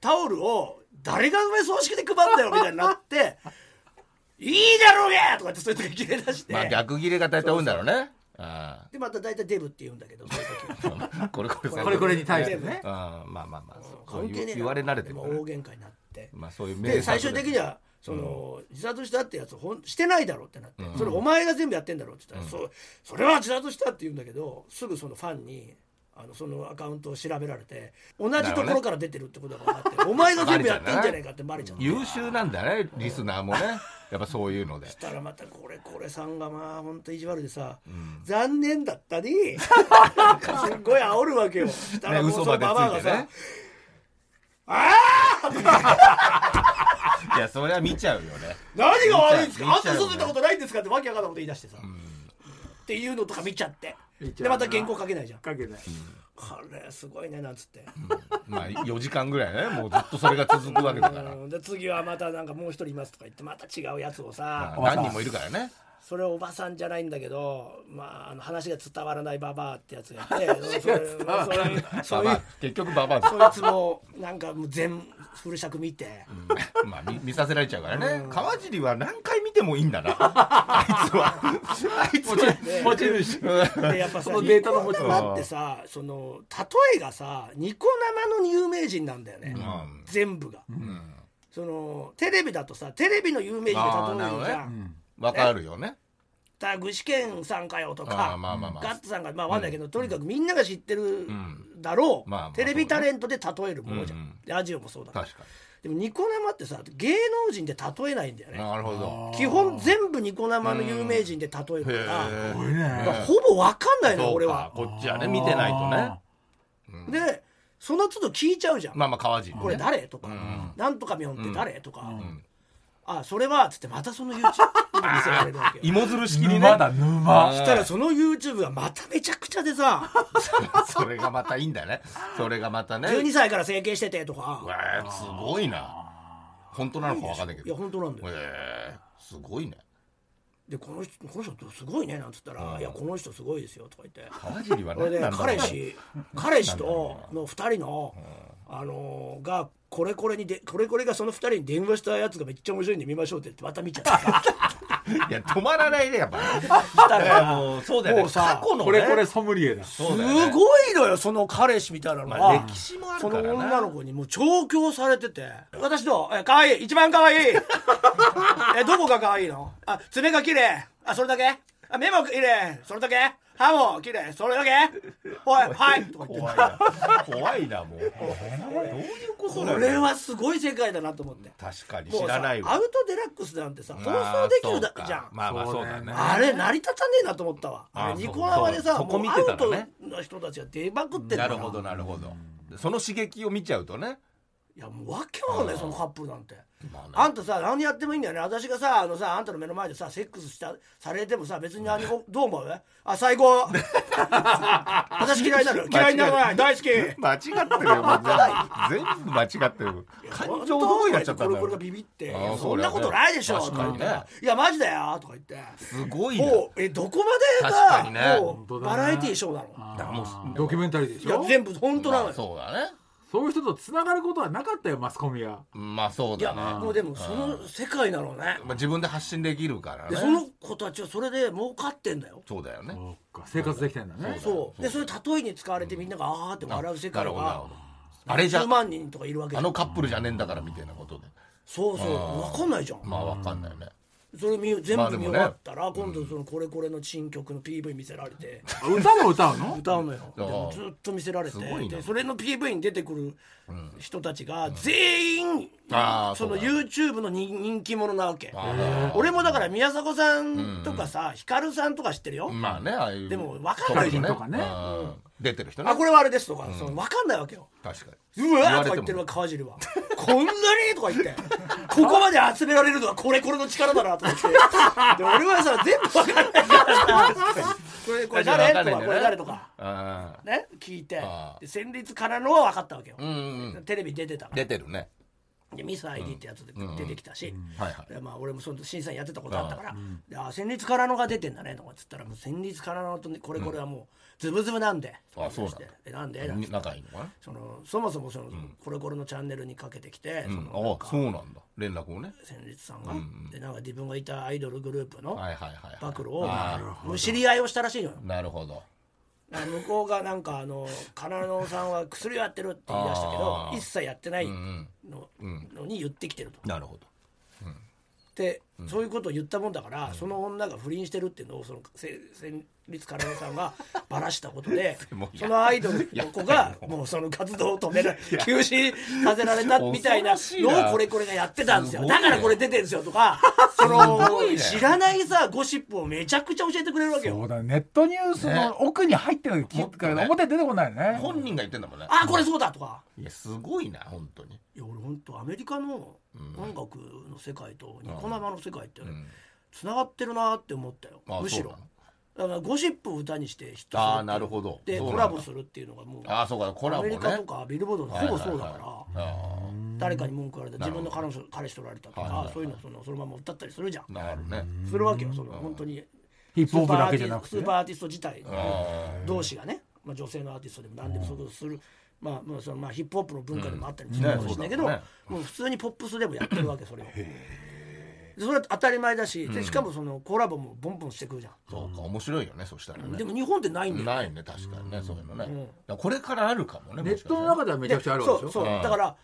C: タオルを誰がお前葬式で配ったよみたいになって「いいだろうが!」とかってそういう時切れ出して、
B: まあ逆切れが大体多いんだろうねあ
C: でまた大体デブって言うんだけどそういう時
B: <laughs>
C: は。
B: あこれこれ
C: これこ
E: れに対してね
B: うんまあまあまあそう
C: 関係ねえな
B: 言われ慣れて
C: で
B: る
C: も
B: か
C: 大
B: らね
C: 喧嘩になって
B: まあそういう
C: で最終的に
B: は
C: はその、自殺したってやつほんしてないだろうってなって、それお前が全部やってんだろうって言ったら、そそれは自殺したって言うんだけどすぐそのファンにあのそのアカウントを調べられて同じところから出てるってことが分かって、お前が全部やってんじゃないかってバレちゃって
B: 優秀なんだねリスナーもねやっぱそういうの
C: <laughs>
B: で
C: たらまたこれこれさんがまあ本当意地悪でさ、残念だった
B: <laughs>
C: にすっごい煽るわけよした
B: ね
C: らもうそ
B: 嘘までつ
C: のババアが
B: いて
C: さ
B: ね <laughs> いやそれは見ちゃうよね
C: 何が悪いんですかあ
B: 見
C: ん
B: ちゃ
C: た
B: う見ちゃう
C: 外出たことないんですかってわけわかんないこと言い出してさ、っていうのとか見ちゃって
E: 見ちゃう
C: で
E: な
C: また原稿書けないじゃん
E: かけない
C: これすごいねなんつって、
B: まあ4時間ぐらいねもうずっとそれが続くわけだ
C: <laughs>
B: から
C: うんで次はまたなんかもう一人いますとか言ってまた違うやつをさ、
B: まあ何人もいるからね
C: それおばさんじゃないんだけどまああの話が伝わらないババアってやつがいてそれそれそうい
B: まあ
C: う
B: まあ結局ババアです
C: そいつもなんかもう全フル尺見て、
B: まあ見見させられちゃうからね川尻は何回見てもいいんだ
C: <laughs>
B: なあいつはあいつは
E: 落ちるし
C: でやっぱさ
E: そのデータの持ち
C: ニコ生ってさその例えがさニコ生の有名人なんだよね、
B: ん
C: 全部が、そのテレビだとさテレビの有名人で例えるじゃ
B: あーなるほど
C: ん、
B: わかるよね
C: だから具志堅さんかよと
B: あ
C: か
B: ーまあまあまあ
C: ガッツさんがまあわかんないけど、とにかくみんなが知ってるだろう、
B: まあまあ
C: テレビタレントで例えるものじゃん、
B: そうね
C: ラジオもそうだけど
B: 確か
C: でもニコ生ってさ芸能人で例えないんだよ
B: に
C: ね
B: なるほど
C: 基本全部ニコ生の有名人で例えるから、
B: へー
E: これね
C: まあほぼわかんないのよ
B: そう
C: 俺
B: か
C: は
B: こっちはね見てないとね
C: でその都度聞いちゃうじゃん、
B: まあまあ川尻ね
C: これ誰とか、なんとか見本って誰、とか、あそれはつってまたその YouTube 見せられるわけ
B: <laughs>
C: よ
B: 芋づる式にね
E: 沼だ沼
C: そしたらその YouTube がまためちゃくちゃでさ
B: <laughs> <laughs> それがまたいいんだねそれがまたね
C: 12歳から整形しててとか
B: うわーすごいな本当なのかわかんないけ
C: いや
B: ど
C: 本当なんだよ
B: えー、すごいね
C: でこの人この人すごいねなんつったら「いやこの人すごいですよ」とか言って
B: 川尻は
C: これ
B: 何
C: で
B: なんだろう
C: 彼氏彼氏との2人のあのーがこれこれにでこれこれがその2人に電話したやつがめっちゃ面白いんで見ましょうって言ってまた見ちゃったさ
B: いや止まら <laughs> ないねやっぱ
C: したら
B: もうそうだよね
C: もうさ
B: 過去のね
D: これこれソムリエだ
B: そうだよね
C: すごいのよその彼氏みたいなの
B: まあ
C: は
B: 歴史もある
C: そ
B: か
C: の
B: らな
C: 女の子にもう調教されてて私どうえ可愛い一番可愛い <laughs> えどこが可愛いのあ爪が綺麗あそれだけあ目も綺麗それだけ歯も綺麗それだけ
B: <laughs>
C: おいはいとか言
B: 怖
C: って
B: いな怖いなもうどういうことだ
C: こ
B: よ
C: れはすごい世界だなと思って
B: 確かに
C: も
B: 知
C: うさ
B: らない
C: ア
B: わ
C: ウトデラックスなんてさ放送できるだ
B: まあそうか
C: じゃん
B: まあまあそうだね
C: あれ成り立たねえなと思ったわあれ
B: あー
C: ニコ生でさ
B: そうそう
C: もう
B: そこ見
C: ア
B: て
C: ウ
B: た
C: ト
B: らね
C: の人たちが出まくってんだ
B: な
C: か
B: る
C: ら
B: ほどなるほどその刺激を見ちゃうとね
C: いやもうわけわかんないそのカップルなんて。
B: まあ
C: あ
B: ね
C: んたさ何やってもいいんだよね私がさあのさあんたの目の前でさセックスしたされてもさ別に何もどう思うあ
B: <laughs>
C: 最高私嫌いになる嫌いにならない大好き
B: 間違ってるよもう全部全部間違ってる感情どうやっちゃったんだ
C: これこれ
B: ろ
C: が
B: う
C: ビビって
B: あー
C: いや
B: そ
C: そ
B: うんだ
C: な
B: よね
C: ことないでしょ
B: 確かにね
C: と言っていやマジだよとか言って
B: すごいな
C: もうえどこまで
B: 確かにね
C: がもうバラエティーショーなの
B: だからもう
D: ドキュメンタリーでし
C: いや
D: ょ
C: 全部本当なの
B: まあ
C: よ
B: そうだね
D: そういう人と繋がることはなかったよマスコミは。
B: まあそう
C: いや
B: だね
C: もうでもその世界なのね
B: まあ自分で発信できるから
C: でその
B: ね
C: 子たちはそれで儲かってんだよ
B: そうだよね
D: そうか生活できてんだね。
C: そうでそれ例えに使われてみんながああって笑う世
B: な
C: 界
B: るほどなる
C: が
B: ほどあれじゃ
C: 10万人とかいるわけじ
B: あ
C: ゃん
B: のカップルじゃねえんだからみたいなことで
C: そうそう分かんないじゃん、
B: まあわかんないよね
C: それ見全
B: まあで
C: 部見
B: もね
C: 終わったら、今度そのこれこれの新曲の PV 見せられて、
D: あ歌も歌うの？
C: 歌うのよ
B: あ
C: で
B: ー
C: もずっと見せられ
B: す
C: て
B: ごいな
C: でそれの PV に出てくる人たちが全員、
B: あー
C: その
B: そうだね
C: YouTube の人人気者なわけ
B: あー
C: 俺もだから宮迫さんとかさ、ヒカルさんとか知ってるよ、
B: まあねああいう
C: でもわかんない
B: 人
D: とかね
B: 出てる人ね
C: あこれはあれですとか、その分かんないわけよ
B: 確かに
C: うわ
B: 言
C: ー
B: わ
C: と
B: れて
C: か言
B: も
C: ってるわ川尻はこんなにとか言ってここまで集められるのはこれこれの力だなと思ってで俺はさ全部分かんないからさこれこれ誰
B: 確かに
C: と
B: わかんないんだよ
C: か
B: ね
C: これ誰とか
B: あー
C: ね聞いて
B: ああ
C: で旋律からのは分かったわけよ、
B: うんうんうん
C: テレビ出てたから
B: 出てるね
C: でミス ID ってやつで出てきたし、
B: はいはい
C: でまあ、俺もその審査員やってたことあったから「であ旋律からのが出てんだね」とかっつったら「もう旋律からのとねこれこれはもうズブズブなんで」
B: あそうなんだ
C: でなんで?」なんつって
B: 仲いいのかな
C: そのそもそもその、コレコレのチャンネルにかけてきて、そのな
B: あ
C: んか
B: あそうなんだ連絡をね
C: 戦慄さんが、でなんか自分がいたアイドルグループの
B: はいはいはい
C: 暴露を、
B: あ
C: むしり合いをしたらしいのよ
B: ーなるほど
C: なんか向こうがなんかあのカナノさんは薬をやってるって言い出したけど
B: あー
C: 一切やってないの,、
B: ん
C: のに言ってきてると。
B: なるほど
C: でそういうことを言ったもんだから、その女が不倫してるっていうのをそのせ戦慄カナノさ
B: <laughs>
C: んがばらしたことで
B: も <laughs> うや
C: そのアイドルの子がもうその活動を止めら休止させられたみたいな
B: 恐ろしい
C: のを
B: な
C: これこれがやってたんです
B: す
C: よ
B: ごい
C: だ
B: ね
C: からこれ出てるんですよとかそ
B: ご
C: の、
B: いね
C: 知らないさゴシップをめちゃくちゃ教えてくれるわけ
E: そう
C: よ。
E: だねネットニュースの奥に入ってるき
B: もっとね
E: 表出てこないよね
B: 本人が言ってんだもんね
C: あこれそうだとか
B: いやすごいな本当に
C: いや俺本当アメリカの音楽の世界とニコ生の世界ってつながってるなって思ったよ、
B: あ
C: むしろ
B: そうなの
C: だからゴシップを歌にしてヒットするっていう
B: ああなるほど
C: で
B: そう
C: コ
B: なん
C: ラ
B: だ
C: ボするっていうのがもう
B: ああそうかコラ
C: ア
B: ボ
C: メ
B: ね
C: リカとかビルボードのほぼそうだ
B: はい
C: か
B: あ
C: ら誰かに文句言われた自分の彼女彼氏取られたと
B: はいはい
C: か
B: はい
C: そういうのそのそのまま歌ったりするじゃん
B: あなるね
C: するわけよその本当に
E: ヒップホップだけじゃなく
C: スー
E: て
C: パーアーティスト自体
B: あ
C: 同士がねまあ女性のアーティストでも何でもそういうことするまあまあそのまあヒップホップの文化でもあったりもするかもしれないけ
B: う
C: ど
B: ん
C: も
B: ねそうだ
C: う普通にポップスでもやってるわけそれを。でそれは当たり前だしでしかもそのコラボもボンボンしてくるじゃん。
B: そうか面白いよねそしたらね
C: でも日本ってないんだよ
B: ないね確かにねそういうのねだからこれからあるかもね
D: ネットの中ではめちゃくちゃあるわ
C: そ
D: けで
C: う
D: しょ
C: そうだから、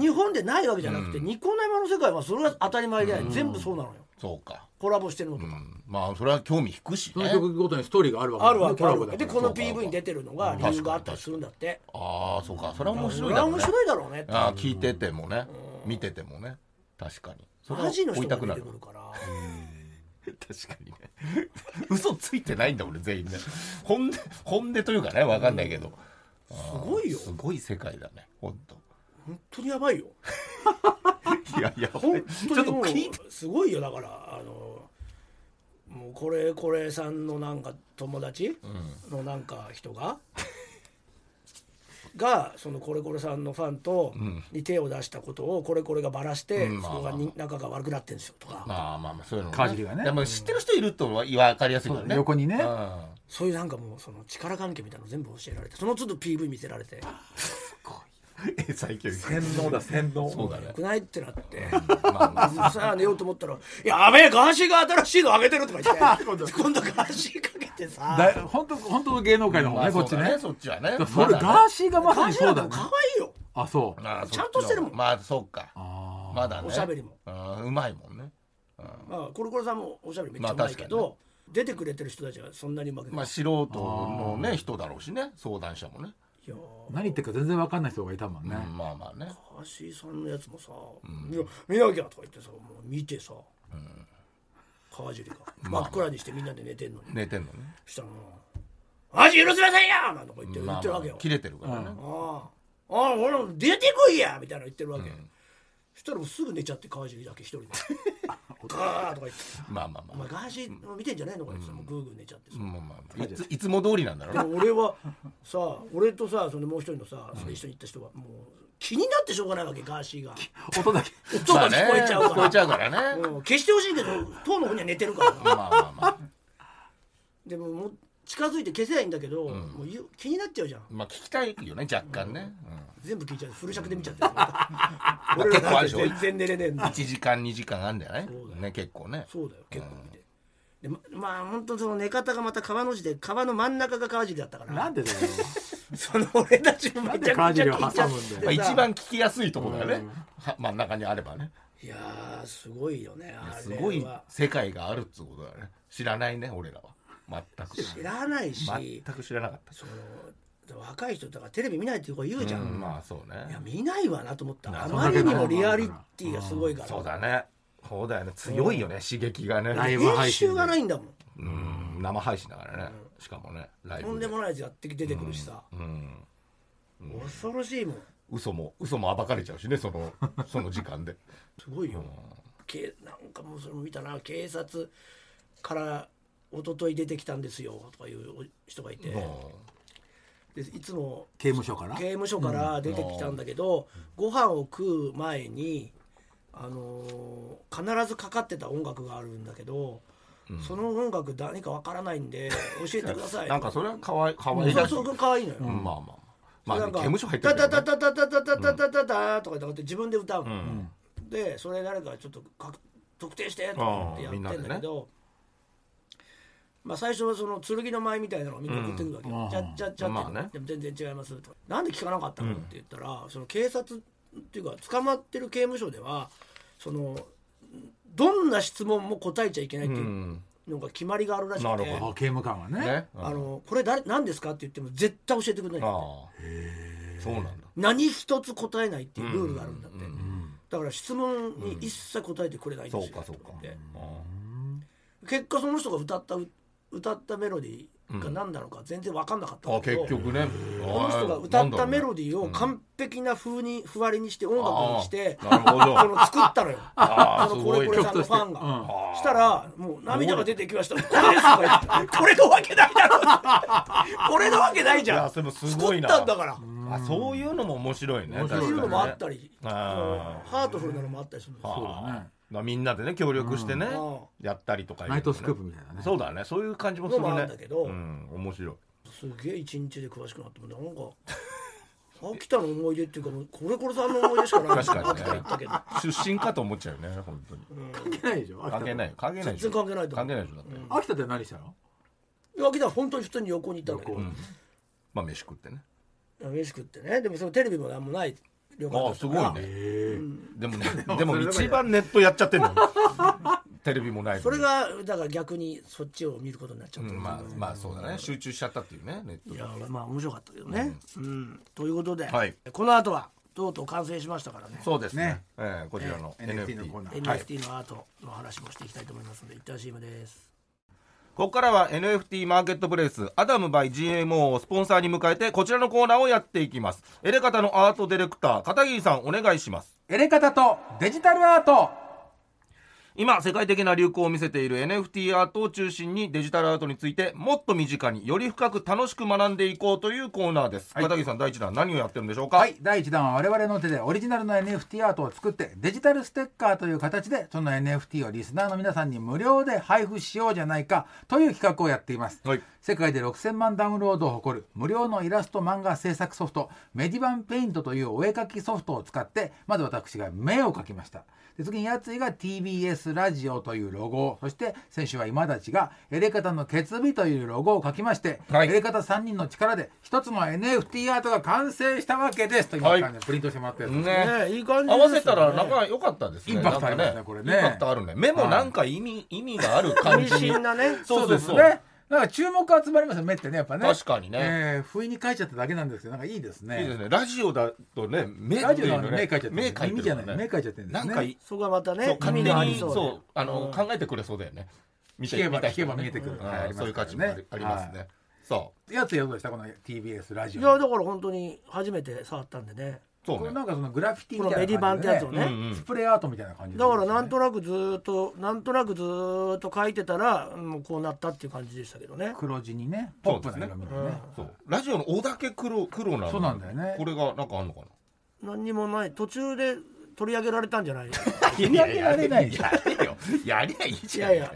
C: 日本でないわけじゃなくて、ニコ生の世界はそれは当たり前で、全部そうなのよ
B: そうか
C: コラボしてるのと
B: う
C: か、
B: んまあそれは興味引くし
D: その
B: ね
D: 曲ごとにストーリーがあるわけ
C: あるわけ
D: コ
C: あ
D: ラ
C: る
D: ボ
C: わ
D: だ
C: け
D: から
C: でこの
B: そうか
C: PV に出てるのが理由があったりするんだって
B: ああそうかそれは面
C: そ
B: 白い
C: れ
B: だ
C: は
B: ろう
C: 面
B: ね
C: 白いだろうねって
B: ああ聞いててもね見ててもね確かにそれは
C: マジの
B: 追
C: 人
B: いたく
C: が
B: な
C: 出て
B: る
C: くるから
B: 確かにね <laughs> 嘘ついてないんだ俺全員ね本音本音というかねわかんないけど、
C: すごいよ
B: すごい世界だね本当
C: 本当にやばいよ
B: いやいや
C: 本
B: ちょ
C: 当
B: っ
C: に
B: と
C: も
B: 聞いて
C: うすごいよだからあのもうこれこれさんのなんか友達のなんか人が、 <laughs> がそのこれこれさんのファンとに手を出したことをこれこれがバラして、
B: うん
C: そこがに仲が悪くなってんですよとか、
B: まあまあまあそういうのも
E: かじりがね
B: いやまあ知ってる人いるとは分かりやすいからね
E: 横 <laughs> にね
B: うん
C: そういうなんかもうその力関係みたいなの全部教えられてその都度 PV 見せられて
B: 英才教育
D: 洗脳だ洗脳
B: そうだ
C: よ <laughs>
B: ね
C: くないってなって。
B: まあまあ
C: さあ寝ようと思ったら「やべえガーシーが新しいの上げてる」とか言って今度ガーシーかけてさ
E: だ本当本当の芸能界の方
B: まあ
E: ねこっち
B: そうだ
E: ね
B: そっちはね
E: そ
B: ま
E: れガ
B: だ
E: ーシーがまさ
C: ガー
E: に
C: シー
E: そ
C: な
E: うんだ
C: か可
E: ね
C: 愛いよ
E: あそう
B: まあそっ
C: ちゃんとしてるもん
B: まあそっか
E: あ
B: まだね
C: おしゃべりも
B: うんうまいもんね
C: まあコロコロさんもおしゃべりめっちゃうまいけど、
B: まあ
C: 出てくれてる人たちはそんなにうまくない、
B: まあ素人のね人だろうしね相談者もね
C: いや
E: ー何言ってるか全然わかんない人がいたもんね
B: うんまあまあね
C: ガーシーさんのやつもさ「いや見なきゃ」とか言ってさもう見てさ、川尻が
B: <laughs> まあ
C: 真っ暗にしてみんなで寝てんのに、
B: 寝てんのね
C: そしたらもう「マジ許せませんよ!」なんとか言って言
B: ま
C: っ
B: あ
C: てる
B: ま
C: わ
B: あ
C: けよ、
B: 切れてるからね
C: ああ、ああ、俺も出てこいやみたいなの言ってるわけ。そしたらもうすぐ寝ちゃって川尻だけ一人
B: <laughs>
C: で。ガーとか言って、
B: まあまあ
C: お
B: まあ
C: 前ガーシー見てんじゃねえのかって言ってたらもうグーグー寝ちゃってさ。
B: まあまあいついつも通りなんだろう
C: で
B: ね
C: も俺はさ、俺とさ、そのもう一人のさ、その一緒に行った人はもう気になってしょうがないわけ、ガーシーが。
E: 音だけ
C: 音が聞こえちゃう
B: まあね聞こ
C: か
B: えちゃうからね
C: ら。うん消してほしいけど、当の本には寝てるから。
B: まあまあまあ
C: でももう近づいて消せないいんだけど、もう言う気になっちゃうじゃん。
B: まあ聞きたいよね若干ねうん
C: 全部聞いちゃう。フル尺で見ちゃってる。俺らなんて全然寝れねえんだ。
B: 1時間2時間あるんじゃない
C: そうだよ
B: ね結構ね
C: そうだよ結構見て、でままあ本当その寝方がまた川の字で川の真ん中が川尻だったから
E: なんでだよ
C: その俺たちもめちゃ
E: な
C: く
E: ん
C: ちゃ
E: で川尻を
C: 聞いちゃっ
E: 挟むんだよ
C: て
B: まあ
C: さ
B: 一番聞きやすいところだよねは真ん中にあればね
C: いやーすごいよねあれは
B: すごい世界があるっつうことだね知らないね俺らは全く
C: 知らないし、
B: 全く知らなかった
C: その若い人だからテレビ見ないっていう子が言うじゃん、
B: うんまあそう
C: い
B: ね
C: や見ないわなと思ったあ
B: な
C: まりにもリアリティがすごいから
B: そうだねそうだよね強いよね刺激が
E: ライ
B: ね
E: ブ配
C: 編集
E: 信で
C: がないんだもん
B: うん生配信だからねしかもねライ
C: とん
B: ブ
C: で
B: で
C: もないやつやって出てくるしさ、
B: うん
C: 恐ろしいもん
B: 嘘も嘘も暴かれちゃうしねそ
C: <laughs>
B: のその時間です
C: ごいよ、けなんかもうそれも見たな警察から一昨日出てきたんですよとかいう人がいて、
B: う
C: でいつも
E: 刑務所から
C: 刑務所から出てきたんだけど、ご飯を食う前に、あのー必ずかかってた音楽があるんだけど、その音楽何かわからないんで教えてくださ
B: ん
C: い
B: なんかそれはかわいかわい
C: そう
B: らしい
C: そううん可愛いのよ、
B: まあまあまあまあ
C: な
B: ね
C: ん
B: 刑
C: か
B: 務所入ってる
C: タ
B: か
C: タタタタタタタタタタとかって自分で歌うの、でそれ誰かちょっとか特定してとかってやってんだ
B: ああみん
C: け
B: なで
C: ど、まあ最初はその剣の舞みたいなのをみんな送ってくるわけよ、ちゃっちゃっちゃって、
B: まあね
C: でも全然違いますとかなんで聞かなかったのって言ったら、その警察っていうか捕まってる刑務所ではそのどんな質問も答えちゃいけないって
B: らねう
C: いうんのが決まりがあるらしくて、
B: なるほど
E: あ刑務官はね
B: ね
C: あのこれ誰何ですかって言っても絶対教えてくれないんだって
B: ああそうなんだ
C: 何一つ答えないっていうルールがあるんだって、だから質問に一切答えてくれないんですよ、
B: そうかそうか
C: って
B: うん
C: 結果その人が歌った歌ったメロディーが何なのか全然分かんなかったん
B: あ
C: だけ
B: 結
C: ど、
B: 局ね
C: この人が歌ったメロディーを完璧な風にふわりにして音楽にして
B: あーなるほど
C: <laughs> その作ったのよ
B: <laughs> あー
C: その
B: す
C: コ
B: ご
C: レ
B: い
C: コレさんのファンが、
B: ん
C: したらもう涙が出てきましたこれですとか言ってこれのわけないだろうこれのわけないじ
B: い
C: ゃ
B: や
C: ん
B: それも
C: 作
B: すごい
C: っ
B: な
C: たんだから。
B: あそういうのも面白いね
E: 面白
C: って
E: ね
C: いうのもあった
B: り
C: り、
B: うん
C: ハートフルなのもあったりするんですよ。
E: そうだね
B: みんなでね協力してね
C: うん
B: やったりとかいうのもね
E: ナイトスクープみたいなね
B: そうだねそういう感じもする
C: のもある
B: ね
C: んだけど
B: うん面白い
C: すげえ一日で詳しくなってもなんか秋田の思い出っていうかもうこれこれさんの思い出しかな
B: <laughs>
C: い
B: 確かに
C: 秋田行ったけど
B: ね出身かと思っちゃうよね本当に
E: 関係ないでしょ
B: 関係ないよ関係ないでしょ
C: 全然関係ないと思
B: 関
C: う
B: 係ないでしょだって
E: 秋田で何したの
C: で秋田は本当に普通に横にいたんだけど
E: 旅行
B: まあ飯食ってね
C: 飯食ってねでもそのテレビも何もない旅館
B: あ
C: だ
B: あ
C: っ
B: す
C: た
B: ご
C: から
B: いね <laughs> でもねでも一番ネットやっちゃってんのよテレビもないのに
C: それがだから逆にそっちを見ることになっちゃっ
B: う
C: た、
B: んまあまあそうだね集中しちゃったっていうねネット
C: い
B: で
C: やまあ面白かったけどね、うんということで、
B: はい
C: この後はとうとう完成しましたからね
B: そうですね
E: ね
B: ええこちらの
E: NFT のコー
B: NFT
E: ナー
C: NFT のアートの話もしていきたいと思いますので、一旦 CM です
B: ここからは NFT マーケットプレイスアダム by GMO をスポンサーに迎えてこちらのコーナーをやっていきますエレカタのアートディレクター片桐さんお願いします
E: エレカタとデジタルアート
B: 今世界的な流行を見せている NFT アートを中心にデジタルアートについてもっと身近により深く楽しく学んでいこうというコーナーです、片桐さん第一弾何をやってるんでしょうか
E: はい第1弾は我々の手でオリジナルの NFT アートを作ってデジタルステッカーという形でその NFT をリスナーの皆さんに無料で配布しようじゃないかという企画をやっています、
B: はい
E: 世界で6000万ダウンロードを誇る無料のイラスト漫画制作ソフトメディバンペイントというお絵描きソフトを使ってまず私が目を描きましたで次にやついが TBS ラジオというロゴをそして先週は今立ちがエレカタの決日というロゴを描きまして、
B: はい
E: エレカタ3人の力で一つの NFT アートが完成したわけですと今
B: はい
E: 感じでプリントしてもらったやつ、
B: ね
C: ねいい感じ
B: 合わせたら
C: なん
B: 仲良かったですね
E: インパクトありますね
B: なんか
E: これね
B: インパクトあるね目もなんか意味、意味がある感
E: <laughs>
C: 意
B: じに
C: 味深なね
B: そうそうそう
E: ねなんか注目集まりますよ目ってねやっぱね
B: 確かにね
E: えー不意に書いちゃっただけなんですけどなんかいいですね
B: いいですねラジオだとね目
E: ラジオなの
B: って
E: に目
B: いう
E: 描いちゃってる
B: 目描いてる
E: 耳じゃない目描いちゃってるんで
B: な
E: す
B: ん
E: ね
B: かい
C: そこがまたね
B: そう勝手
C: 意味があり
B: に
C: そう
B: そう
C: で
B: あの、考えてくれそうだよね見て
E: 聞けば
B: 見た人
E: 聞けば見えてくる
B: うん
E: はいあります
B: そういう価値もあり,、
E: ね
B: ありますね、そう
E: やつやどうでしたこの TBS ラジ
C: い
E: オ
C: やだから本当に初めて触ったんでね
B: そう
E: これ
B: ね
E: なんかそのグラフィティ
C: こ
E: み
C: の
E: た
C: メ
E: い
C: ディ
E: な
C: バン
E: 感
C: っ
E: じ
C: て
E: で、
C: やつ
E: ね
B: う
C: を
B: んう
C: ね
B: ん
E: スプレーアートみたいな感じです
C: だ
E: よ
C: か
E: ね
C: らなんとなくずーっとなんとなくずーっと書いてたらもうこうなったっていう感じでしたけどね
E: 黒地にねポップな色みたいなね
B: そうラジオの尾だけ黒黒なのに
E: そうなんだよね
B: これがなんかあん
E: <laughs>
B: のかな
C: 何にもない途中で取り上げられたんじゃない
B: <laughs>
E: 取り上げられないじゃん
B: やれよやりゃいいじゃん
C: いやいや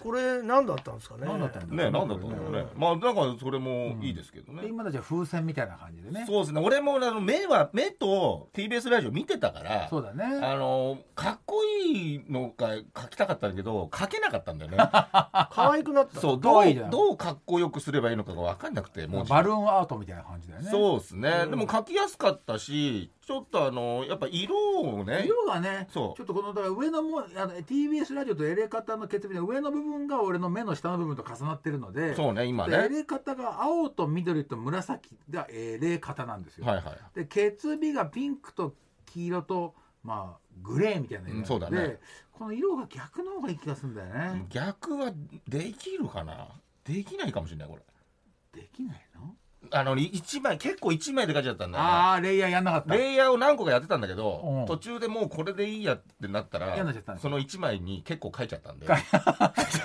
C: これ何だったんですかね
E: 何だったんだ
B: ねなんだと思うね、まあなんかそれもいいですけどね、
E: で今たちは風船みたいな感じでね
B: そうですね俺もあの目は目と TBS ラジオ見てたから
E: そうだね
B: あのかっこいいのが書きたかったんだけど書けなかったんだよ
E: <laughs>
B: ね
C: 可愛くなった
B: そう
E: か
B: ど
E: わいいじゃ
B: うんどうかっこよくすればいいのかが分かんなくてもう
E: バルーンアートみたいな感じだよね
B: そうですね、でも書きやすかったしちょっとあのやっぱ色をね
E: 色がねちょ
B: そう
E: っとこのだから上のもあの TBS ラジオとエレカタの決別の上の部分が俺の目の下の部分と重なってるので
B: そうね今ねは
E: でエ
B: い
E: レカタが青と緑と紫がエレカタなんですよ、
B: はい
E: で決日がピンクと黄色とまあグレーみたいな色
B: う
E: なので、
B: んそうだね
E: この色が逆の方がいい気がするんだよね、
B: 逆はできるかなできないかもしれないこれ
E: できないの
B: あの一枚結構一枚で書いちゃったんだよね
E: ああレイヤーやんなかった
B: レイヤーを何個かやってたんだけど、
E: うん
B: 途中でもうこれでいいやってなったら
E: 嫌になっちゃったんです
B: その1枚に結構書いちゃったんで <laughs>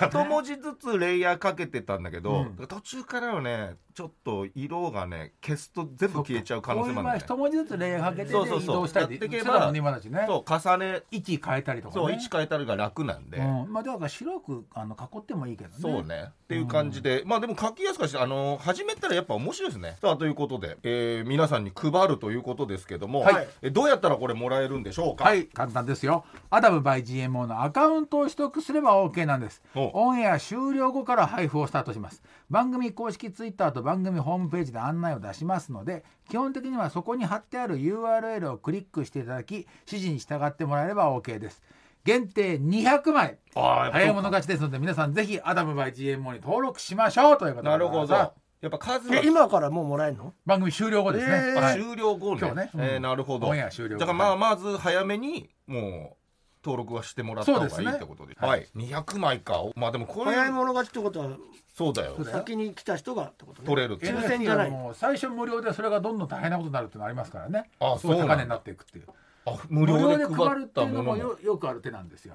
B: 一文字ずつレイヤーかけてたんだけど、
E: う
B: 途中からはねちょっと色がね消すと全部消えちゃう可能性もあるんだ
E: こ
B: よ
E: ういう場合一文字ずつレイヤーかけて
B: そうそう
E: 移
B: そう
E: 動したり
B: やってけば
E: それだもんね今だちね
B: ねそう重ね
E: 位置変えたりとかね
B: そう位置変えたりが楽なんで、
E: うん、まあだから白くあの囲ってもいいけどね
B: そうねっていう感じで、まあでも書きやすかしあの始めたらやっぱ面白いですねさあということで、えー皆さんに配るということですけども、
E: はい
B: えどうやったらこれもらえるんでしょうか、
E: はい簡単ですよアダム by GMO のアカウントを取得すれば OK なんです
B: お
E: オンエア終了後から配布をスタートします番組公式 Twitter と番組ホームページで案内を出しますので基本的にはそこに貼ってある URL をクリックしていただき指示に従ってもらえれば OK です限定200枚
B: ああやっぱそうか
E: 早い者勝ちですので皆さんぜひアダム by GMO に登録しましょうということで
B: なるほどやっぱ数が
C: え今からもうもらえるの
E: 番組終了後ですね、
B: あ
E: はい
B: 終了後ね
E: 今日ねうん
B: えーなるほど
E: オンエア終了後
B: だからまあまず早めにもう登録はしてもらった方がいいってことで
E: そうですね
B: はい、200枚かまあでもこれ
C: 早い者勝ちってことは
B: そうだよ
E: そうだよ
C: 先に来た人がってことね
B: 取れるって
C: 抽選じゃない
E: NFT はもう最初無料でそれがどんどん大変なことになるっていうのありますからね
B: あ
E: すごい
B: そうなんだ
E: 高値になっていくっていう
B: あ無料で配 <laughs> った
E: 無料で配るっていう
B: も
E: の
B: の
E: も
B: も
E: よよくある手なんですよ、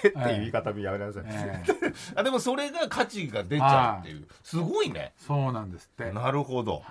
B: 手っていう言い方もやめなさい、
E: ええ
B: <laughs> あでもそれが価値が出ちゃうっていうすごいね
E: そうなんですって
B: なるほど。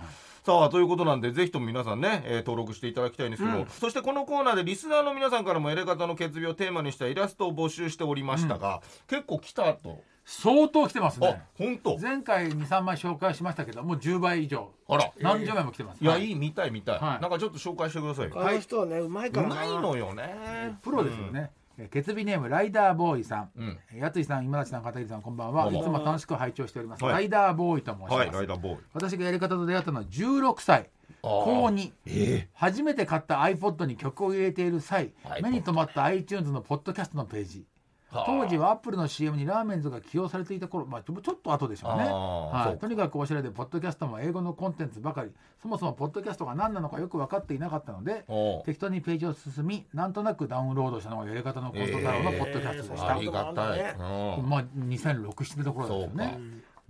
B: さあということなんでぜひとも皆さんね、えー登録していただきたいんですけど、そしてこのコーナーでリスナーの皆さんからもエレガタの決病をテーマにしたイラストを募集しておりましたが、結構来たと、
E: 相当来てます
B: あ
E: ね
B: 本当
E: 前回23枚紹介しましたけどもう10倍以上
B: あら
E: 何十枚も来てます、
B: いや、
E: はい
B: い、見たい、見たい、
E: はい
B: なんかちょっと紹介してくださいよ。
C: あの人はねうまいうから
B: まいのよね。
E: プロですよね、えーケツビネームライダーボーイさん、
B: うん
E: えーやついさん今立さん片桐さんこんばん
B: ど
E: は
B: う
E: い
B: も
E: つも楽しく拝聴しております、
B: はい
E: ライダーボーイと申します、
B: はい、ライダーボーイ。
E: 私がやり方と出会ったのは16歳
B: あー
E: 高2
B: え
E: 初めて買った iPod に曲を入れている際
B: iPod
E: 目に留まった iTunes のポッドキャストのページ
B: はあ
E: 当時はアップルの CM にラーメンズが起用されていた頃、まあ、ちょちょっと後でしょうね、
B: ああ
E: は
B: そう
E: い、
B: か
E: とにかくおしゃれでポッドキャストも英語のコンテンツばかりそもそもポッドキャストが何なのかよく分かっていなかったので
B: おう
E: 適当にページを進みなんとなくダウンロードしたのがやり方のコント太郎のポッドキャストでし
B: あ
E: た、
B: りがたい、
C: そう
B: うん
E: まあ2006 7のところですよ
B: そう
E: ね
B: か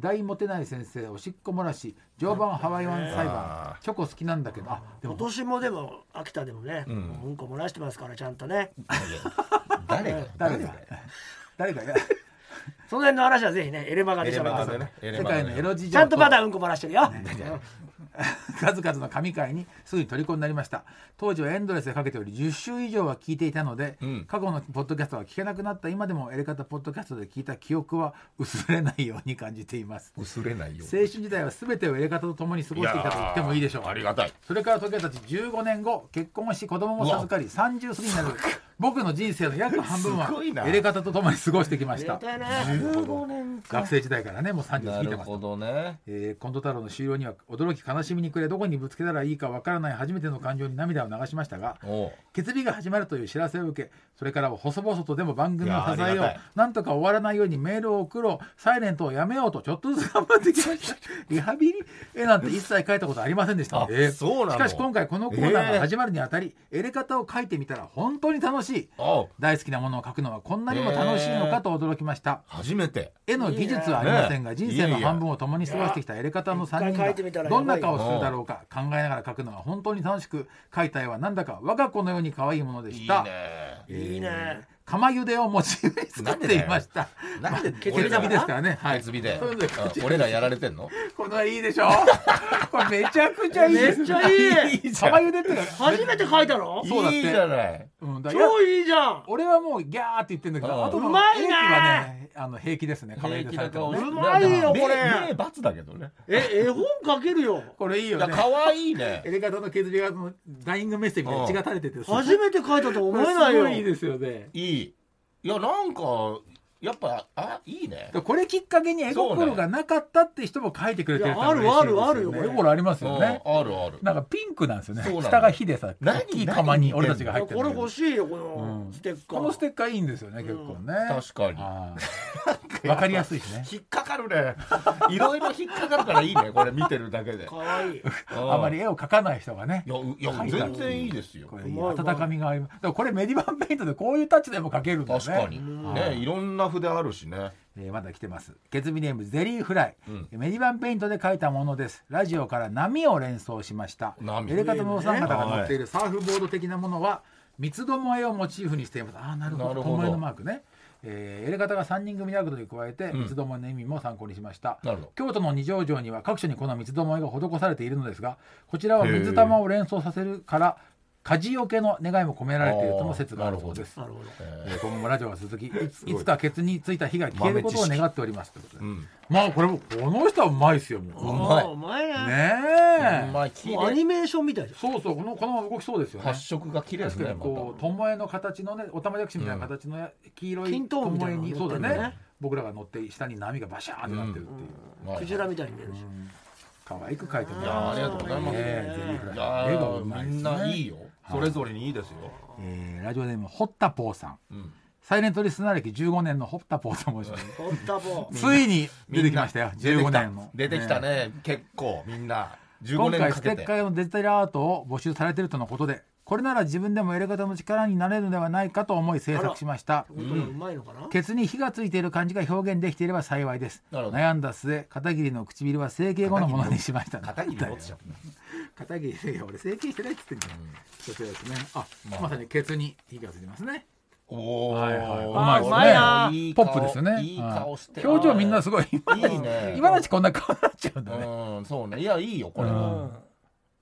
E: 大モテない先生おしっこ漏らし常磐ハワイワン裁判
B: あ
E: チョコ好きなんだけどあで
C: 今
E: も
C: 年もでも秋田でもね、うん、こ漏らしてますからちゃんとね
B: 誰が
E: <laughs> 誰が誰が
C: その辺の話はぜひねエレマガで
B: エ
C: し
B: レ
C: ゃべ
B: マ
C: っ
B: ガ
C: て
B: でねエレ
E: 世
B: マガ
E: 界
B: で
E: のエロ事情
C: ちゃんとまだうんこ漏らしてるよ、
E: 数々の神回にすぐに虜になりました当時はエンドレスでかけており10週以上は聞いていたので、
B: ん
E: 過去のポッドキャストが聞けなくなった今でもエレカタポッドキャストで聞いた記憶は薄れないように感じています
B: 薄れないよ
E: 青春時代は全てをエレカタと共に過ごしていたと言ってもいいでしょう
B: やーありがたい
E: それから時計たち15年後結婚し子供も授かり30過ぎになる僕の人生の約半分は
B: すごいな
E: エレカタと共に過ごしてきま
C: あ
E: し
C: りが
E: た
C: たいね
E: 学生時代からねもう30過
B: な
E: ぎて
B: る
E: ます
B: ほどね
E: えー、近藤太郎の終了には驚き悲しみに暮れどこにぶつけたらいいかわからない初めての感情に涙を流しましたが
B: おう
E: 決備が始まるという知らせを受けそれからは細々とでも番組
B: い
E: を支
B: やあ
E: え
B: り
E: よ
B: がた
E: う
B: い
E: なんとか終わらないようにメールを送ろうサイレントをやめようとちょっとずつ頑張ってき
B: <laughs>
E: ましたリハビリ絵なんて一切書いたことありませんでした
B: あそうなの
E: しかし今回このコーナーが始まるにあたり、エレ方を書いてみたら本当に楽しい
B: おう
E: 大好きなものを書くのはこんなにも楽しいのかと驚きました、
B: 初めて
E: 絵の技術はありませんが
B: ね
E: 人生の半分を共に過ごしてきたエレカタの3
C: 一回書いてみ
E: 人
C: たら
E: がどんな顔をするだろうか考えながら描くのは本当に楽しく描いた絵はなんだか我が子のように可愛いもので
B: い
E: し
B: い
E: た
B: ね
C: いいね
E: 釜茹でをモチーフに作っていました
B: なんで
E: 手
B: 俺
E: び
B: らが
E: ですからねはい
B: 鉄火で
E: そういうことで
B: うん俺らやられてんの
E: この絵いいでしょこれめちゃくちゃいいです
C: めっちゃいい
E: いいじゃん釜茹でってのは
C: 初めて書いたの
E: <laughs> そうだって
B: いいじゃない
E: うんだいや
C: 超いいじゃん
E: 俺はもうギャーって言ってんだけ
B: う
E: ど
B: ん
E: あと
C: う
E: の
C: まいね
E: 絵はねあの平気ですね釜茹
B: 平
E: で
B: 気
E: され
B: な
E: ても
B: 顔
E: ね
C: うまいよ
B: ね
C: これ
B: ね罰だけどね
C: え絵本書けるよ
E: これいい
B: い
E: よ
B: や
E: ね
B: 可愛いね
E: エレカタの削りがそのダイイングメッセージみたいな血が垂れてて
C: 初めて書いたとは思えない
E: すごいいい
C: よ
E: ですよね
B: いいいやなんかやっぱあいいね
E: これきっかけに絵心がなかったって人も書いてくれてる
C: そうねいやあるあるあるよ
E: 絵心ありますよね
B: うんあるある
E: なんかピンクなんですよね
B: そうなんだ
E: 下が火でさ
B: 何
E: 大きい釜に俺たちが入ってる
C: これ欲
E: い
C: しいよこ
E: う
C: の
E: ん
C: ステッカー、
E: このステッカーいいんですよね結構ね
B: 確かに
E: はいわかりやすいしね
B: 引っかかるね <laughs> いろいろ引っかかるからいいねこれ見てるだけで
C: かわいい
E: あま
B: い
E: り絵を描かない人がね
B: やういや全然いいですよ
E: これいいう
C: まいうまい
E: 温かみがありますだからこれメディバンペイントでこういうタッチでも描けるんだね
B: 確かにねいろんな筆あるしね
E: えーまだ来てます。ケツビネームゼリーフライ、
B: ん
E: メディバンペイントで描いたものです。ラジオから波を連想しました。
B: 波
E: エレカタのお三方が乗っているサーフボード的なものは三つどもえをモチーフにしています。ああなるほ
B: な
E: ど。
B: る
E: と
B: ほど
E: もえのマークね。えーエレカタが3人組であることに加えて、
B: ん
E: 三つどもえの意味も参考にしました
B: なるほど
E: 京都の二条城には各所にこの三つどもえが施されているのですがこちらは水玉を連想させるから火事よけの願いも込められているとの説があるそうです
C: なるほど
E: えー今後もラジオが続きいついつかケツについた火が消えることを
B: 豆知識
E: 願っておりますということで、
B: ん
E: まあこれもこの人はうまいですよも
B: まい
C: あーうまいうね
E: ねえ
B: まあ綺
C: もうア
B: 麗
C: ニメーションみたいじ
E: そうそうこのこのまま動きそうですよね
B: 発色が綺麗です
E: 確か
B: ね
E: にこう巴の形のねおたまじゃくしみたいな形のや黄色い
C: 金灯みたいなの
E: 巴に
C: 乗
E: そ
C: っ
E: う
C: て
E: だ
C: んだね
E: ね僕らが乗って下に波がバシャーンってなってるっていう、
B: ま
C: ゃ
B: た
C: んクジラみたいに見えるし
E: 可愛く描いても
B: いやーありがとうございます
E: ねえゼリーフライ
B: いや
E: 絵がうま
B: ー
E: いで
B: み
E: す
B: ん
E: ね
B: ないいよそれぞれにいいですよ
E: えーラジオネームホッタポーさん
B: うん
E: サイレントリスナー歴15年のホッタポーと申します
C: ホッタボ
E: ついに出てきましたよ
B: 出て
E: 15
B: きた
E: 年も
B: 出てきたね結構みんな
E: 今
B: 15年
E: 回
B: か
E: ステ
B: け
E: ッ
B: て
E: カー用のデジタルアートを募集されているとのことでこれなら自分でもやり方の力になれるのではないかと思い制作しました
C: 本当にうまいのかな、
E: ケツに火がついている感じが表現できていれば幸いです
B: なるほど
E: 悩んだ末片桐の唇は整形後のものにしました
B: 片桐持ってちゃう
E: 片桐いや俺整形してないって言ってんじゃん、そうですねあ、
B: まあ
E: まさにケツに火がついてますね
B: おお、
E: はいはい
C: あうまいな
B: ね
E: ポップですよね
B: いい顔して
E: はい表情みんなすごい今
B: いいね
E: 今のうちこんな顔になっちゃうんだね、
B: うんそうねいやいいよこれは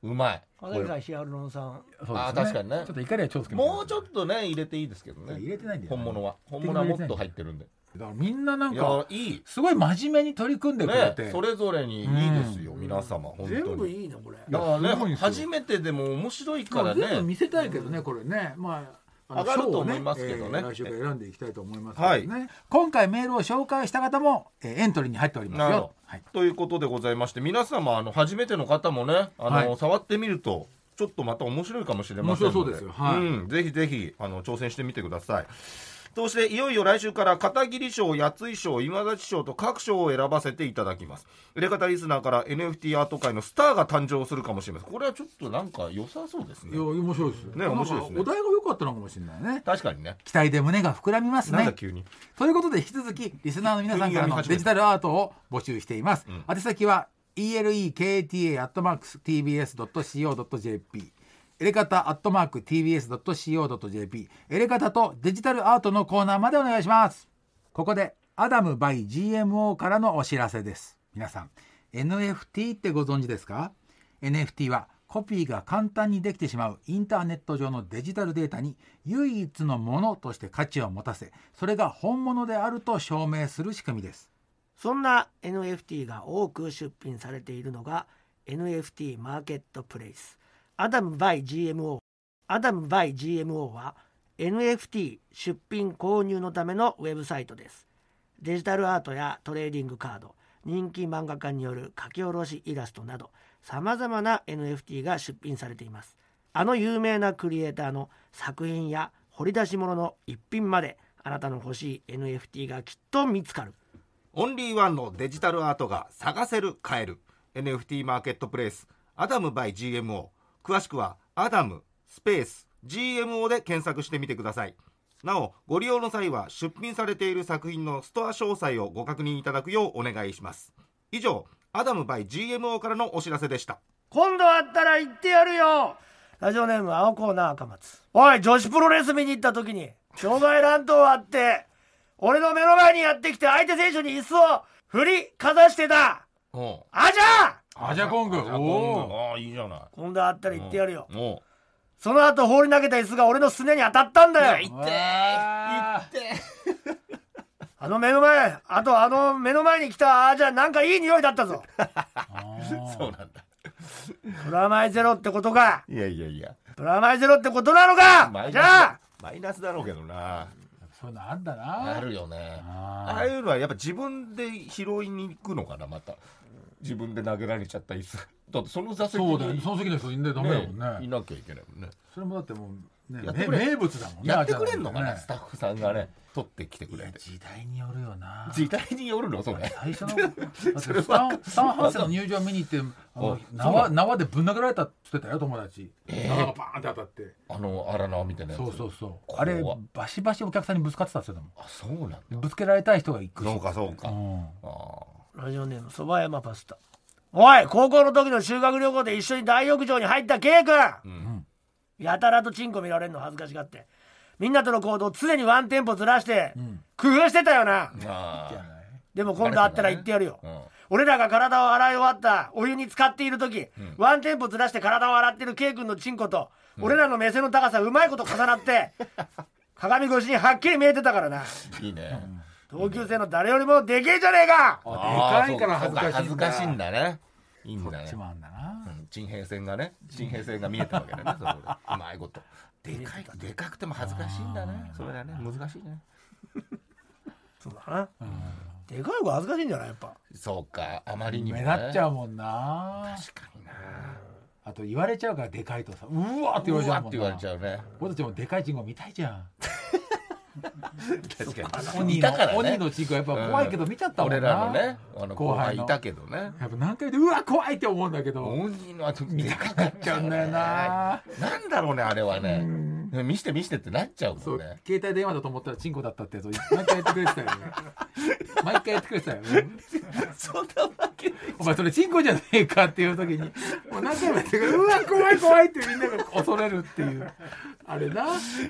B: うまい
C: 片桐さんヒアルロン酸
E: そうです
B: あー確かにね
E: ちょっと怒りは長介みたいな
B: もうちょっとね入れていいですけどね
E: 入れてないんだよね
B: 本物は本物はもっと入ってるんで
E: だからみんななん
B: い
E: か
B: やいい
E: すごい真面目に取り組んでくれて、
B: ねそれぞれにいいですよ皆様本当に
C: 全部いいなこれ
B: だから
E: すごいん
B: ね
E: ですよ
B: 初めてでも面白いか
E: ま
B: ら
E: あ全部
B: ね
E: 見せたいけどね、これね、まあ、あの
B: 上がる
E: 賞を
B: と思いますけどね
E: えー来週から選んでいきたいと思いますけどね。今回メールを紹介した方も、えーエントリーに入っておりま
B: な
E: す
B: るほど
E: よ。はい。
B: ということでございまして皆様あの初めての方もねあの、
E: はい
B: 触ってみるとちょっとまた面白いかもしれませんの
E: 面白そうですよはい
B: うん、ぜひぜひあの挑戦してみてくださいそしていよいよ来週から片桐賞八井賞今立賞と各賞を選ばせていただきます入れ方リスナーから NFT アート界のスターが誕生するかもしれませんこれはちょっとなんか良さそうです
E: いや
B: ね
E: 面白いです
B: ね面白いですね
E: なんかお題が良かったのかもしれないね
B: 確かにね
E: 期待で胸が膨らみます
B: なんだ
E: ね
B: 急に
E: ということで引き続きリスナーの皆さんからのデジタルアートを募集しています、宛先は elekata.tbs.co.jp エレカタ .tbs.co.jp エレカタとデジタルアートのコーナーまでお願いしますここでアダム by GMO からのお知らせです皆さん NFT ってご存知ですか NFT はコピーが簡単にできてしまうインターネット上のデジタルデータに唯一のものとして価値を持たせそれが本物であると証明する仕組みです
C: そんな NFT が多く出品されているのが NFT マーケットプレイスアダム by GMO アダム by GMO は NFT 出品購入のためのウェブサイトですデジタルアートやトレーディングカード人気漫画家による書き下ろしイラストなどさまざまな NFT が出品されていますあの有名なクリエイターの作品や掘り出し物の一品まであなたの欲しい NFT がきっと見つかる
B: オンリーワンのデジタルアートが探せる買える NFT マーケットプレイスアダム by GMO 詳しくはアダムスペース GMO で検索してみてくださいなおご利用の際は出品されている作品のストア詳細をご確認いただくようお願いします以上アダム by GMO からのお知らせでした
C: 今度会ったら言ってやるよラジオネーム青コーナー赤松おい女子プロレス見に行った時に障害乱闘あって俺の目の前にやってきて相手選手に椅子を振りかざしてた
B: お
C: あじゃあ
E: アジャコングお
B: あいいじゃない
C: 今度会ったら言ってやるよ
B: お
C: その後放り投げた椅子が俺のすねに当たったんだよ
E: ーあー
C: あの目の前あとあの目の前に来たあじゃあなんかいい匂いだったぞ
B: そうなんだ
C: プラマイゼロってことか
B: いやいやいや
C: プラマイゼロってことなのかじゃあ
B: マイナスだろうけどな
E: そういうのあんだ
B: あ
E: な
B: るよね
E: あ
B: ああいうのはやっぱ自分で拾いに行くのかなまた自分で投げられちゃった椅子 <laughs> だってその座席に
E: そうだよねその席の人いんでダメだもんね
B: いなきゃいけないもんね
E: それもだってもう、ね
B: やって、くれ
E: 名名物だもんね
B: やってくれんのか
E: アジ
B: な、
E: ャなん
B: ス
E: て
B: タッフさんがね取ってきてく
E: ね
B: れ
E: いや
B: て
E: 時代によるよな
B: 時代による <laughs> のそれ
E: 最初のだって
B: それ
E: スタ
B: は
E: ンスタンハウスの入場見に行ってあ
B: お
E: の
B: そうなの
E: 縄縄でぶん殴られたって言ってたよ友達、縄がバーンって当たって
B: あの荒縄みたいなやつ
E: そうそうそう
B: 怖っ
E: あれバシバシお客さんにぶつかってたっすよでも
B: あそうなんだ
E: ぶつけられたい人が行くし
B: そうかそうか、
E: うん
B: ああ
C: ラジオネームそば山パスタおい高校の時の修学旅行で一緒に大浴場に入った K 君、
B: ん
C: やたらとチンコ見られるの恥ずかしがってみんなとの行動を常にワンテンポずらして、工夫してたよな
B: あ
C: でも今度会ったら言ってやるよ、
B: あうん
C: 俺らが体を洗い終わったお湯に浸かっている時、ワンテンポずらして体を洗ってる K 君のチンコと、俺らの目線の高さうまいこと重なって
B: <laughs>
C: 鏡越しにはっきり見えてたからない
B: いね、
C: 同級生の誰よりもでけえじゃねえか、
B: ああ
D: でかいから恥ずかしいんだ
B: そうそう恥ずかしいんだねいいんだ
E: こっ
B: ね
E: ちもあんだな、
B: うん陳平線がね陳平線が見えたわけだ
E: <laughs>
B: ねそこでうまいことでかいでかくても恥ずかしいんだねそれだね難しいね
C: そうだな、でかい子恥ずかしいんじゃないやっぱ
B: そうかあまりにも、
E: 目
B: ね、
E: 立っちゃうもんな
B: 確かにな
E: あと言われちゃうからでかいとさうわーって言わ
B: う
E: れちゃ
B: わ
E: う
B: っ
E: も
B: て
E: ん
B: 言われち
E: な
B: ゃうね
E: 俺たちもでかいチンコ見たいじゃん
B: 確かに
E: 鬼
B: い
E: の、
B: たからね
E: 鬼のチンコやっぱ怖いけど見ちゃったもんな、
B: 俺らのねあの後
E: 後輩
B: 輩
E: の
B: いたけどね
E: やっぱ何回でうわ怖いって思うんだけど
B: 鬼の後見たかかっ
E: ちゃうんだよな
B: なんだろうねあれはね見して見してってなっちゃう
E: そ
B: も
E: うん
B: ね
E: 携帯電話だと思ったらチンコだったってやつを毎回やってくれてたよね毎回やってくれてたよね
B: そんなわけ
E: お前それチンコじゃねえかっていう時にもう何回もやってくれうわ怖い怖いってみんなが恐れるっていうあれな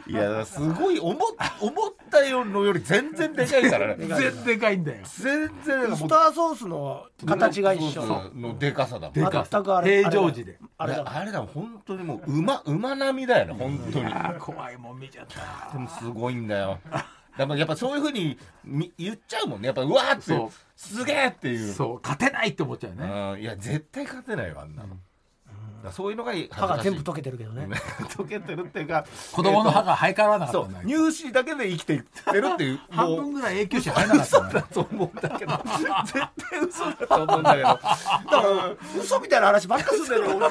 E: い
B: やすごい思っ思ったよりのより全然でかいからね
E: <laughs> 全然でかいんだよ
B: 全然
C: ウスターソースの形が一
B: そ
C: 緒
B: うそうのでかさだもん
E: でか
C: 全くあれ
E: 平常時で
C: あれだ
B: あれだもん本当にもう馬馬並みだよね本当に
E: あー怖いもん見ちゃった
B: でもすごいんだよだからやっぱそういうふうにみ言っちゃうもんねやっぱうわーって
E: そう
B: すげえっていう
E: そう勝てないって思っちゃうよね
B: うんいや絶対勝てないよあんなの、からそういうのが恥ず
G: 歯が
B: かしい
G: 全部溶けてるけどね
B: <laughs> 溶けてるっていうか
E: 子供の歯
B: え
E: が生え変わら
B: ー
E: なか
B: と
E: ったん
B: そ
E: だ
B: う乳歯だけで生きていってるっていう
E: 半
B: もう
E: 分ぐらい永久歯生えなかった
B: <laughs>
E: んだね
B: と思うんだ
C: <laughs>
B: けど絶対嘘だと思うんだけどだから
C: 嘘みたいな話ばっかすんだよ俺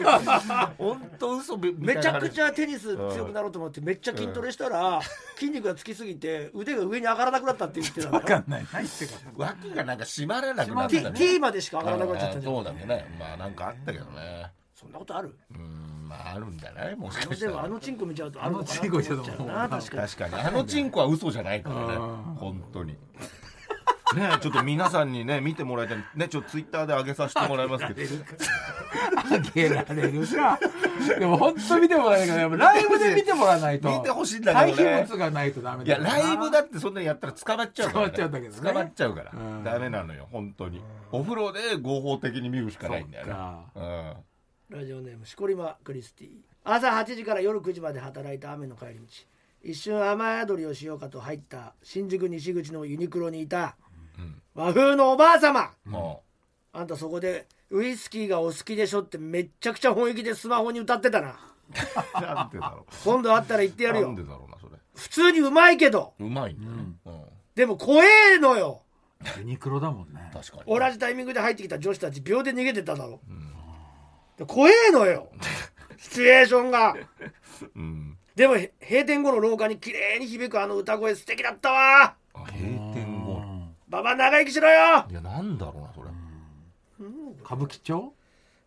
B: 本当嘘み
C: めちゃくち
B: ゃ
C: ゃテニス強くなろうと思ってめっちゃ筋トレしたら筋肉がつきすぎて腕が上に上がらなくなったって言ってたん
E: わ
C: だ
E: か
C: よ
E: んない何言ってるか
B: 脇がなんか締まらなくなった
C: T,
B: ね
C: T までしか上がらなくなっちゃったんじゃん
B: そうだねねまあなんかあったけどね
C: そんなことある
B: うんまああるんじゃないもしかし
C: で
B: た
C: もあ
B: ら
C: のチンコ見ちゃうと
E: あのチンコ見ちゃうと
C: あるのかなと思っちゃうな確かに
B: 確かにあのチンコは嘘じゃないからね本当にねちょっと皆さんにね見てもらいたいねちょっとツイッターで上げさせてもらいますけど
C: <laughs>
E: 上げられるかでも本当見てもらえないからやっぱライブで見てもらわないと
B: 見てほしいんだけどね
E: 対比物がないとダメ
B: い
E: だ
B: や
E: よな
B: ライブだってそんなにやったら捕まっちゃうから、
E: 捕まっちゃうんだけどね
B: 捕まっちゃうから、
E: うん
B: ダメなのよ本当にお風呂で合法的に見るしかないんだよね
E: そっか
B: うん
C: ラジオネームしこりまクリスティ朝8時から夜9時まで働いた雨の帰り道一瞬雨宿りをしようかと入った新宿西口のユニクロにいた和風のおばあ様
B: も
C: あんたそこでウイスキーがお好きでしょってめっちゃくちゃ本意気でスマホに歌ってたな
B: うなんでだろ
C: 今度会ったら言ってや
B: う
C: る
B: なん
C: よ
B: でだろうなそれ
C: 普通にうまいけど
B: うまいんだよね、うん
C: でも怖えのよ
E: ユニクロだもんね
B: 確かに
C: 同じタイミングで入ってきた女子たち秒で逃げてただろ、で怖えのよシチュエーションが
B: うん
C: でもへ閉店後の廊下に綺麗に響くあの歌声素敵だったわ
B: あ閉店後
C: ババア長生きしろよ
B: いやなんだろうなそれ、
E: 歌舞伎町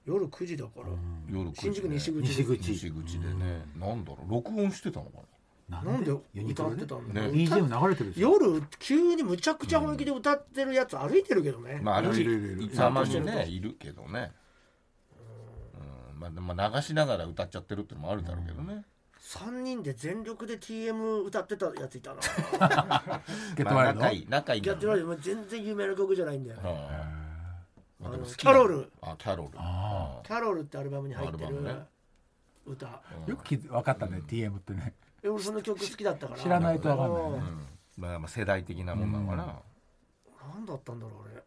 C: 夜9時だから、
B: 夜9時
C: 新宿西口
E: 西口
B: 西口でね、なんだろう録音してたのか
C: なんで
E: ユニク
C: 歌
E: ロ
C: っ
E: で
C: てたんだ、
B: ね
E: BGM 流れてるでしょ
C: 夜急にむちゃくちゃ本気で歌ってるやつ歩いてるけどね、
B: なまあある
E: いるいるいる
B: たまにねいるけどねうんまあ、まあ、流しながら歌っちゃってるってのもあるだろうけどね、
C: 3人で全力で TM 歌ってたやついたな
E: ゲット
B: ま
E: ワ
B: あ
E: イルド
B: 仲いい仲いいんだ
C: や
B: ろうね
C: ってないよもう全然有名な曲じゃないんだよ、
B: まあでも好き
C: キャロル
B: あキャロルあ
C: キャロルってアルバムに入って
B: アルバムね
C: る歌
E: よく気づ分かったね TM ってね
C: え俺その曲好きだったから
E: 知らないと分かんない
C: うん
E: ね
B: ーまあまあ世代的なもんなのかな、
C: 何だったんだろうあれ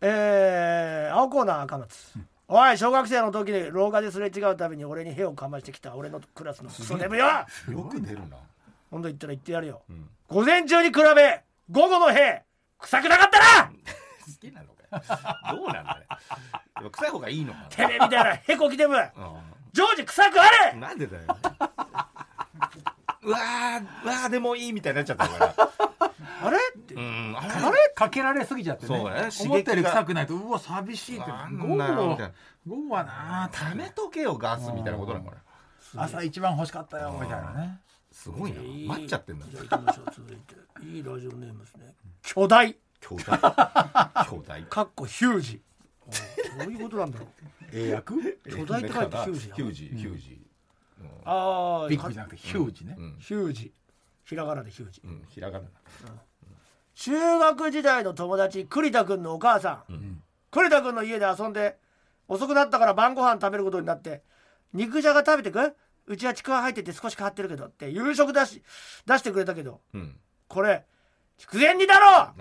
G: えー、青コーナー赤松
C: おい小学生の時に廊下ですれ違うたびに俺に屁をかましてきた俺のクラスのクソデブよ
B: よく出るな
C: 今度言ったら言ってやるよ、午前中に比べ午後の屁臭くなかったな
B: <laughs> 好きなのかよどうなんだねやっぱ臭い方がいいのか
C: てめえみたい <laughs> な屁こきデブ
B: <laughs> な、
C: 常時臭くあ
B: う
C: れ
B: ん、なんでだようわーうわーでもいいみたいになっちゃったから
C: あれって
B: うんあれ
E: かけられすぎちゃってね
B: そうね刺激が
E: 思ったより臭くないとうわ寂しいって
B: あ
E: 午後
B: んなみたいな
E: 午後はなあ
B: ためとけよガスみたいなことなのかな
E: 朝一番欲しかったよみたいなね
B: すごいな待っちゃってんだ
C: じゃあ行きましょう続いていいラジオネームですね巨大
B: 巨大 <laughs> 巨大
C: かっこヒュージどういうことなんだろう
E: 英訳
C: 巨大って書いてヒュージだ
B: ヒュージヒュージ
C: ああ
E: ビッグじゃなくてヒュージね
C: ヒュージひらがなでヒュージ
B: うんひらがな
C: 中学時代の友達栗田君のお母さん、栗田君の家で遊んで遅くなったから晩ご飯食べることになって肉じゃが食べてくうちはちくわ入ってて少し変わってるけどって夕食出し出してくれたけど
B: うん
C: これ筑前煮だろ
E: あ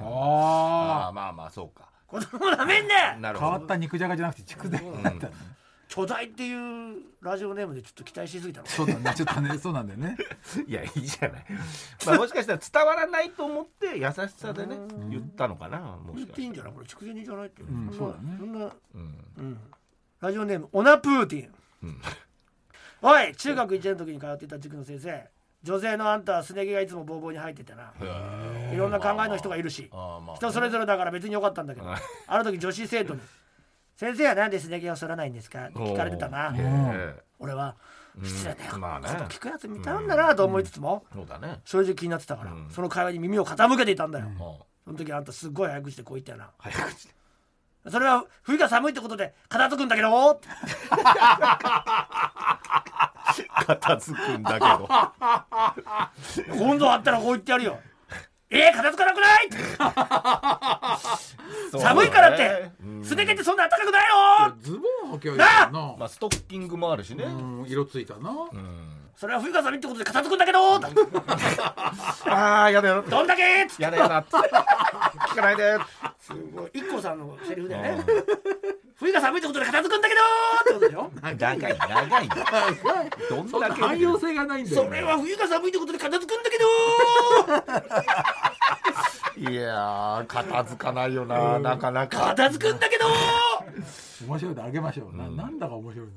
B: ああまあまあそうか
C: 子供なめんね
B: なる
E: あ
B: ほ
E: 変わ
B: ど
E: った肉じゃがじゃなくて筑前になったね
C: 巨大っていうラジオネームでちょっと期待しすぎたの
E: <laughs> そうだねちょっとねそうなんだよね
B: いやいいじゃない、まあ、もしかしたら伝わらないと思って優しさでね言ったのかなもし
C: 言っ
B: か
C: ていい
B: し
C: ん
B: た
C: じゃ
B: ら
C: ないこれ筑前煮じゃないって、
E: ん
C: そ
E: そ
C: ん
E: う
C: な
E: だね
C: そんな
B: うん
C: ラジオネームオナプーティン、
B: ん
C: おい中学1年の時に通っていた塾の先生女性のあんたはすね毛がいつもボーボーに入っててな
B: へ
C: いろんな考えの人がいるし
B: あーまあ
C: 人それぞれだから別によかったんだけど
B: はい
C: ある時女子生徒に「先生はなんですね毛を剃らないんですか?」って聞かれてた
B: お
C: な
B: ーへ
C: 俺は失礼だよ、
B: まあね
C: ちょっと聞くやつ見たんだなと思いつつも、
B: ーそうだね
C: 正直気になってたから、
B: うん
C: その会話に耳を傾けていたんだよ、
B: うん
C: その時あんたすっごい早口でこう言ったよな
B: 早口で
C: それは冬が寒いってことで片付くんだけどって
B: 片付くんだけど
C: 今度会ったらこう言ってやるよえー、片付かなくない
B: そうだね
C: 寒いからって
B: うん
C: すね毛ってそんな暖かくないよ
E: ズボンはけばいいけど <laughs> な
B: まあストッキングもあるしね
E: うん色ついたな
B: うん
C: それは冬が寒いってことで片付くんだけど
B: ああやだやだ
C: どんだけっつって
B: やだやだ聞かないで
C: i k さんのセリフだよね冬が寒いってことで片付くんだけどってことでしょ
B: 長い長いどん
E: そん
B: だ
E: な
B: け
E: 汎用性がないんだよ
C: それは冬が寒いってことで片付くんだけど
B: いやー片付かないよななかなか
C: 片付くんだけど
E: 面白いのあげましょう、ななんだか面白いな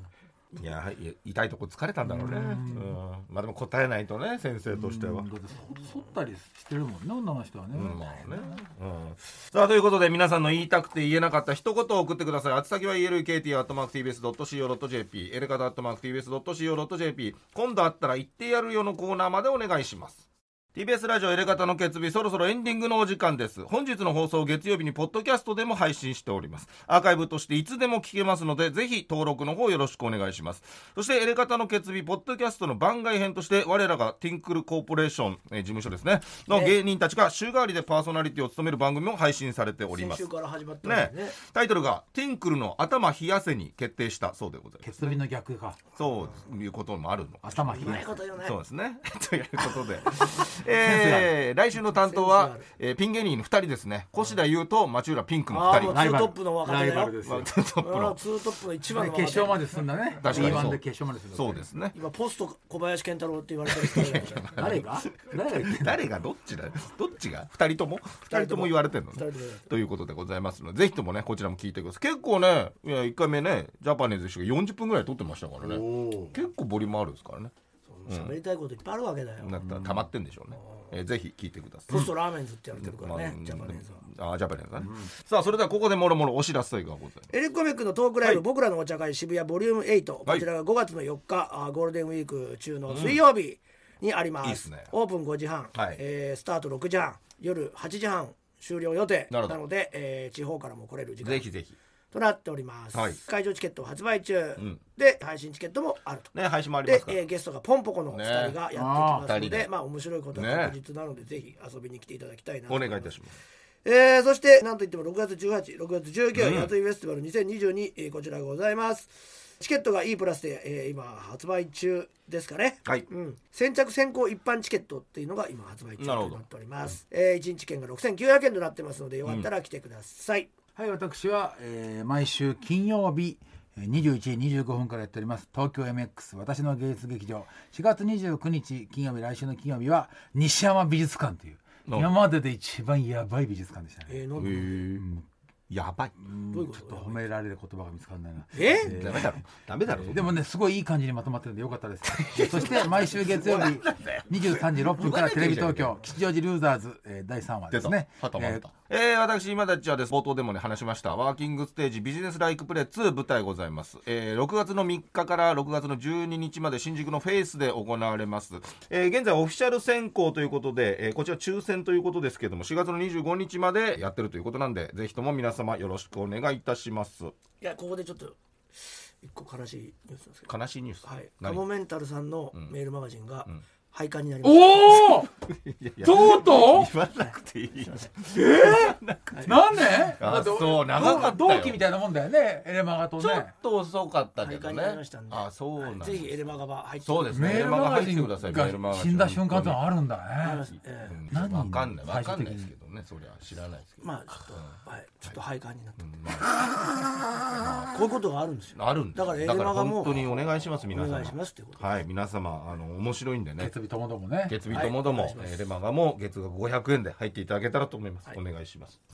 E: い
B: やはいい痛いとこ疲れたんだろうねうんまあでも答えないとね先生としては
E: だってそ剃ったりしてるもんね女の人はね、
B: うんまあねうんさあということで皆さんの言いたくて言えなかった一言を送ってください。宛先は elkt.tbs.co.jp、エレカタ .tbs.co.jp、今度あったら言ってやるよのコーナーまでお願いします。TBS ラジオエレカタの決日そろそろエンディングのお時間です。本日の放送を月曜日にポッドキャストでも配信しております。アーカイブとしていつでも聞けますので、ぜひ登録の方よろしくお願いします。そしてエレカタの決日ポッドキャストの番外編として、我らがティンクルコーポレーション、えー事務所ですね、の芸人たちが週替わりでパーソナリティを務める番組も配信されており
C: 先
B: ます
C: 週。から始まったんだよ
B: ね
C: ね
B: タイトルが「ティンクルの頭冷やせ」に決定したそうでございます
E: 血瓶の逆か
B: そういうこともあるの
E: 頭冷
C: う
E: や
C: まい
E: す
C: ことよね
B: そうです
C: <laughs>
B: ねということで、えー来週の担当は、えーピン芸人2人ですね越田優と町浦ピンクの2
C: あーも
B: 人
C: う
B: まあ
E: ライバ
C: ツートップの若手だよ
E: ルライバルですよ
B: ちょっとプロ
C: ツートップの一番の
E: 決
C: 若手
E: 勝まで進んだね
B: 確かに
E: B1 で決勝まで進ん
B: <laughs>
E: だ
B: そうですね
C: 今ポスト小林健太郎って言われてる人だよね
B: <laughs>
E: 誰が誰が言ってんの
B: 誰がどっちだどっちが2人とも2人とも言われてるのね
C: 二人とも言われて
B: ということでございますのでぜひともねこちらも聞いてください結構ねいや1回目ねジャパネーズ一緒が40分ぐらい撮ってましたからね結構ボリュームあるんですからね
C: 喋りたいこといっぱいあるわけだよ
B: なったら溜まってんでしょうね、えーぜひ聞いてください
C: ポストラーメンズってやれてるからね
B: まあ
C: ジャパネーズは
B: あージャパネーズはね、さあそれではここでもろもろお知らせがございます
C: エレコミックのトークライブ、僕らのお茶会渋谷ボリューム8、
B: はい
C: こちらが5月の4日あーゴールデンウィーク中の水曜日にあります,、
B: いいっすね
C: オープン5時半、
B: はい
C: えースタート6時半夜8時半終了予定
B: なる
C: な
B: ほど
C: ので、えー地方からも来れる時
B: ぜ
C: 間
B: ひぜひ
C: となっております、
B: はい
C: 会場チケット発売中、
B: ん
C: で配信チケットもあると。
B: ね配信もありま、
C: です
B: か
C: え
B: ら、
C: ーゲストがポンポコのお二人がやってきますの
B: ね
C: で、
B: あー
C: まあ面白いことは確実なので、ぜひ遊びに来ていただきたいなと
B: お
C: 思
B: 願
C: い
B: い
C: ま
B: い
C: す
B: たします
C: えーそしてなんといっても6月18、6月19、やついフェスティバル2022、えーこちらがございます。チケットが E プラスで、えー今発売中ですかね。
B: はい
C: うん。先着先行一般チケットっていうのが今発売中
B: なるほ
C: と
B: ど
C: なっております。えー、1日券が6900円となってますので、よかったら来てください。
E: はい、私は、えー毎週金曜日えー21時25分からやっております東京 MX 私の芸術劇場4月29日金曜日来週の金曜日は西山美術館という
B: うん
E: 今までで一番やばい美術館でしたね、
C: えー、な
B: へ
C: んで
B: ーやばい
C: どういうこ
E: ちょっと
C: と
E: 褒められる言葉が見つからないな
C: え
E: えー
B: ダメだろダメだろ
E: でもねすごいいい感じにまとまってるんでよかったですそして毎週月曜日23時6分からテレビ東京吉祥寺ルーザーズ、えー第3話で
B: 出
E: す
B: た、
E: ね
B: はたまっ
E: えー
B: た、えー私今立ちはです冒頭でもね話しましたワーキングステージビジネスライクプレイ2舞台ございます、えー6月の3日から6月の12日まで新宿のフェイスで行われます、えー現在オフィシャル選考ということで、えーこちら抽選ということですけども4月の25日までやってるということなんでぜひとも皆様よろしくお願いいたします
C: いや、ここでちょっと、一個悲しいニュースなんですけど、
B: 悲しいニュース、
C: はい。カ
B: 何
C: モメンタルさんのメールマガジンが廃刊になりました。
D: おおとうと
B: 言わなくていいよ
E: えなんで
B: あ
E: だって
B: そう長かったよ
E: 同期みたいなもんだよねエレマガとね
B: ちょっと遅かったけど
C: 大会に
B: ね
C: なりましたんで
B: あそうなんだ
C: ぜひエレマガバ入って
B: そうですね
E: メールマガジ
B: メールマガ入ってくださいメール
E: ン
B: マガ
E: が
B: ジン
E: 死んだ瞬間ってのはあるんだね
C: えー
B: うん
E: 何
B: わかんないわかんない
E: 最終的に
B: ですけどねそりゃ知らないですけど、
C: まあちょっと、はい、ちょっと廃刊になった、
B: うんまあ
C: <laughs> こういうことがあるんですよ
B: あるんです
C: だからエレ
B: だから
C: マガも
B: 本当にお願いします
C: お
B: 皆様
C: 願いしますってこと
B: はい皆様あの面白いんでね
E: 決日ともどもね
B: 月日ともども、
C: はいお願いし
B: え
C: ます
B: ーレマガも月額500円で入っていただけたらと思います、お願いします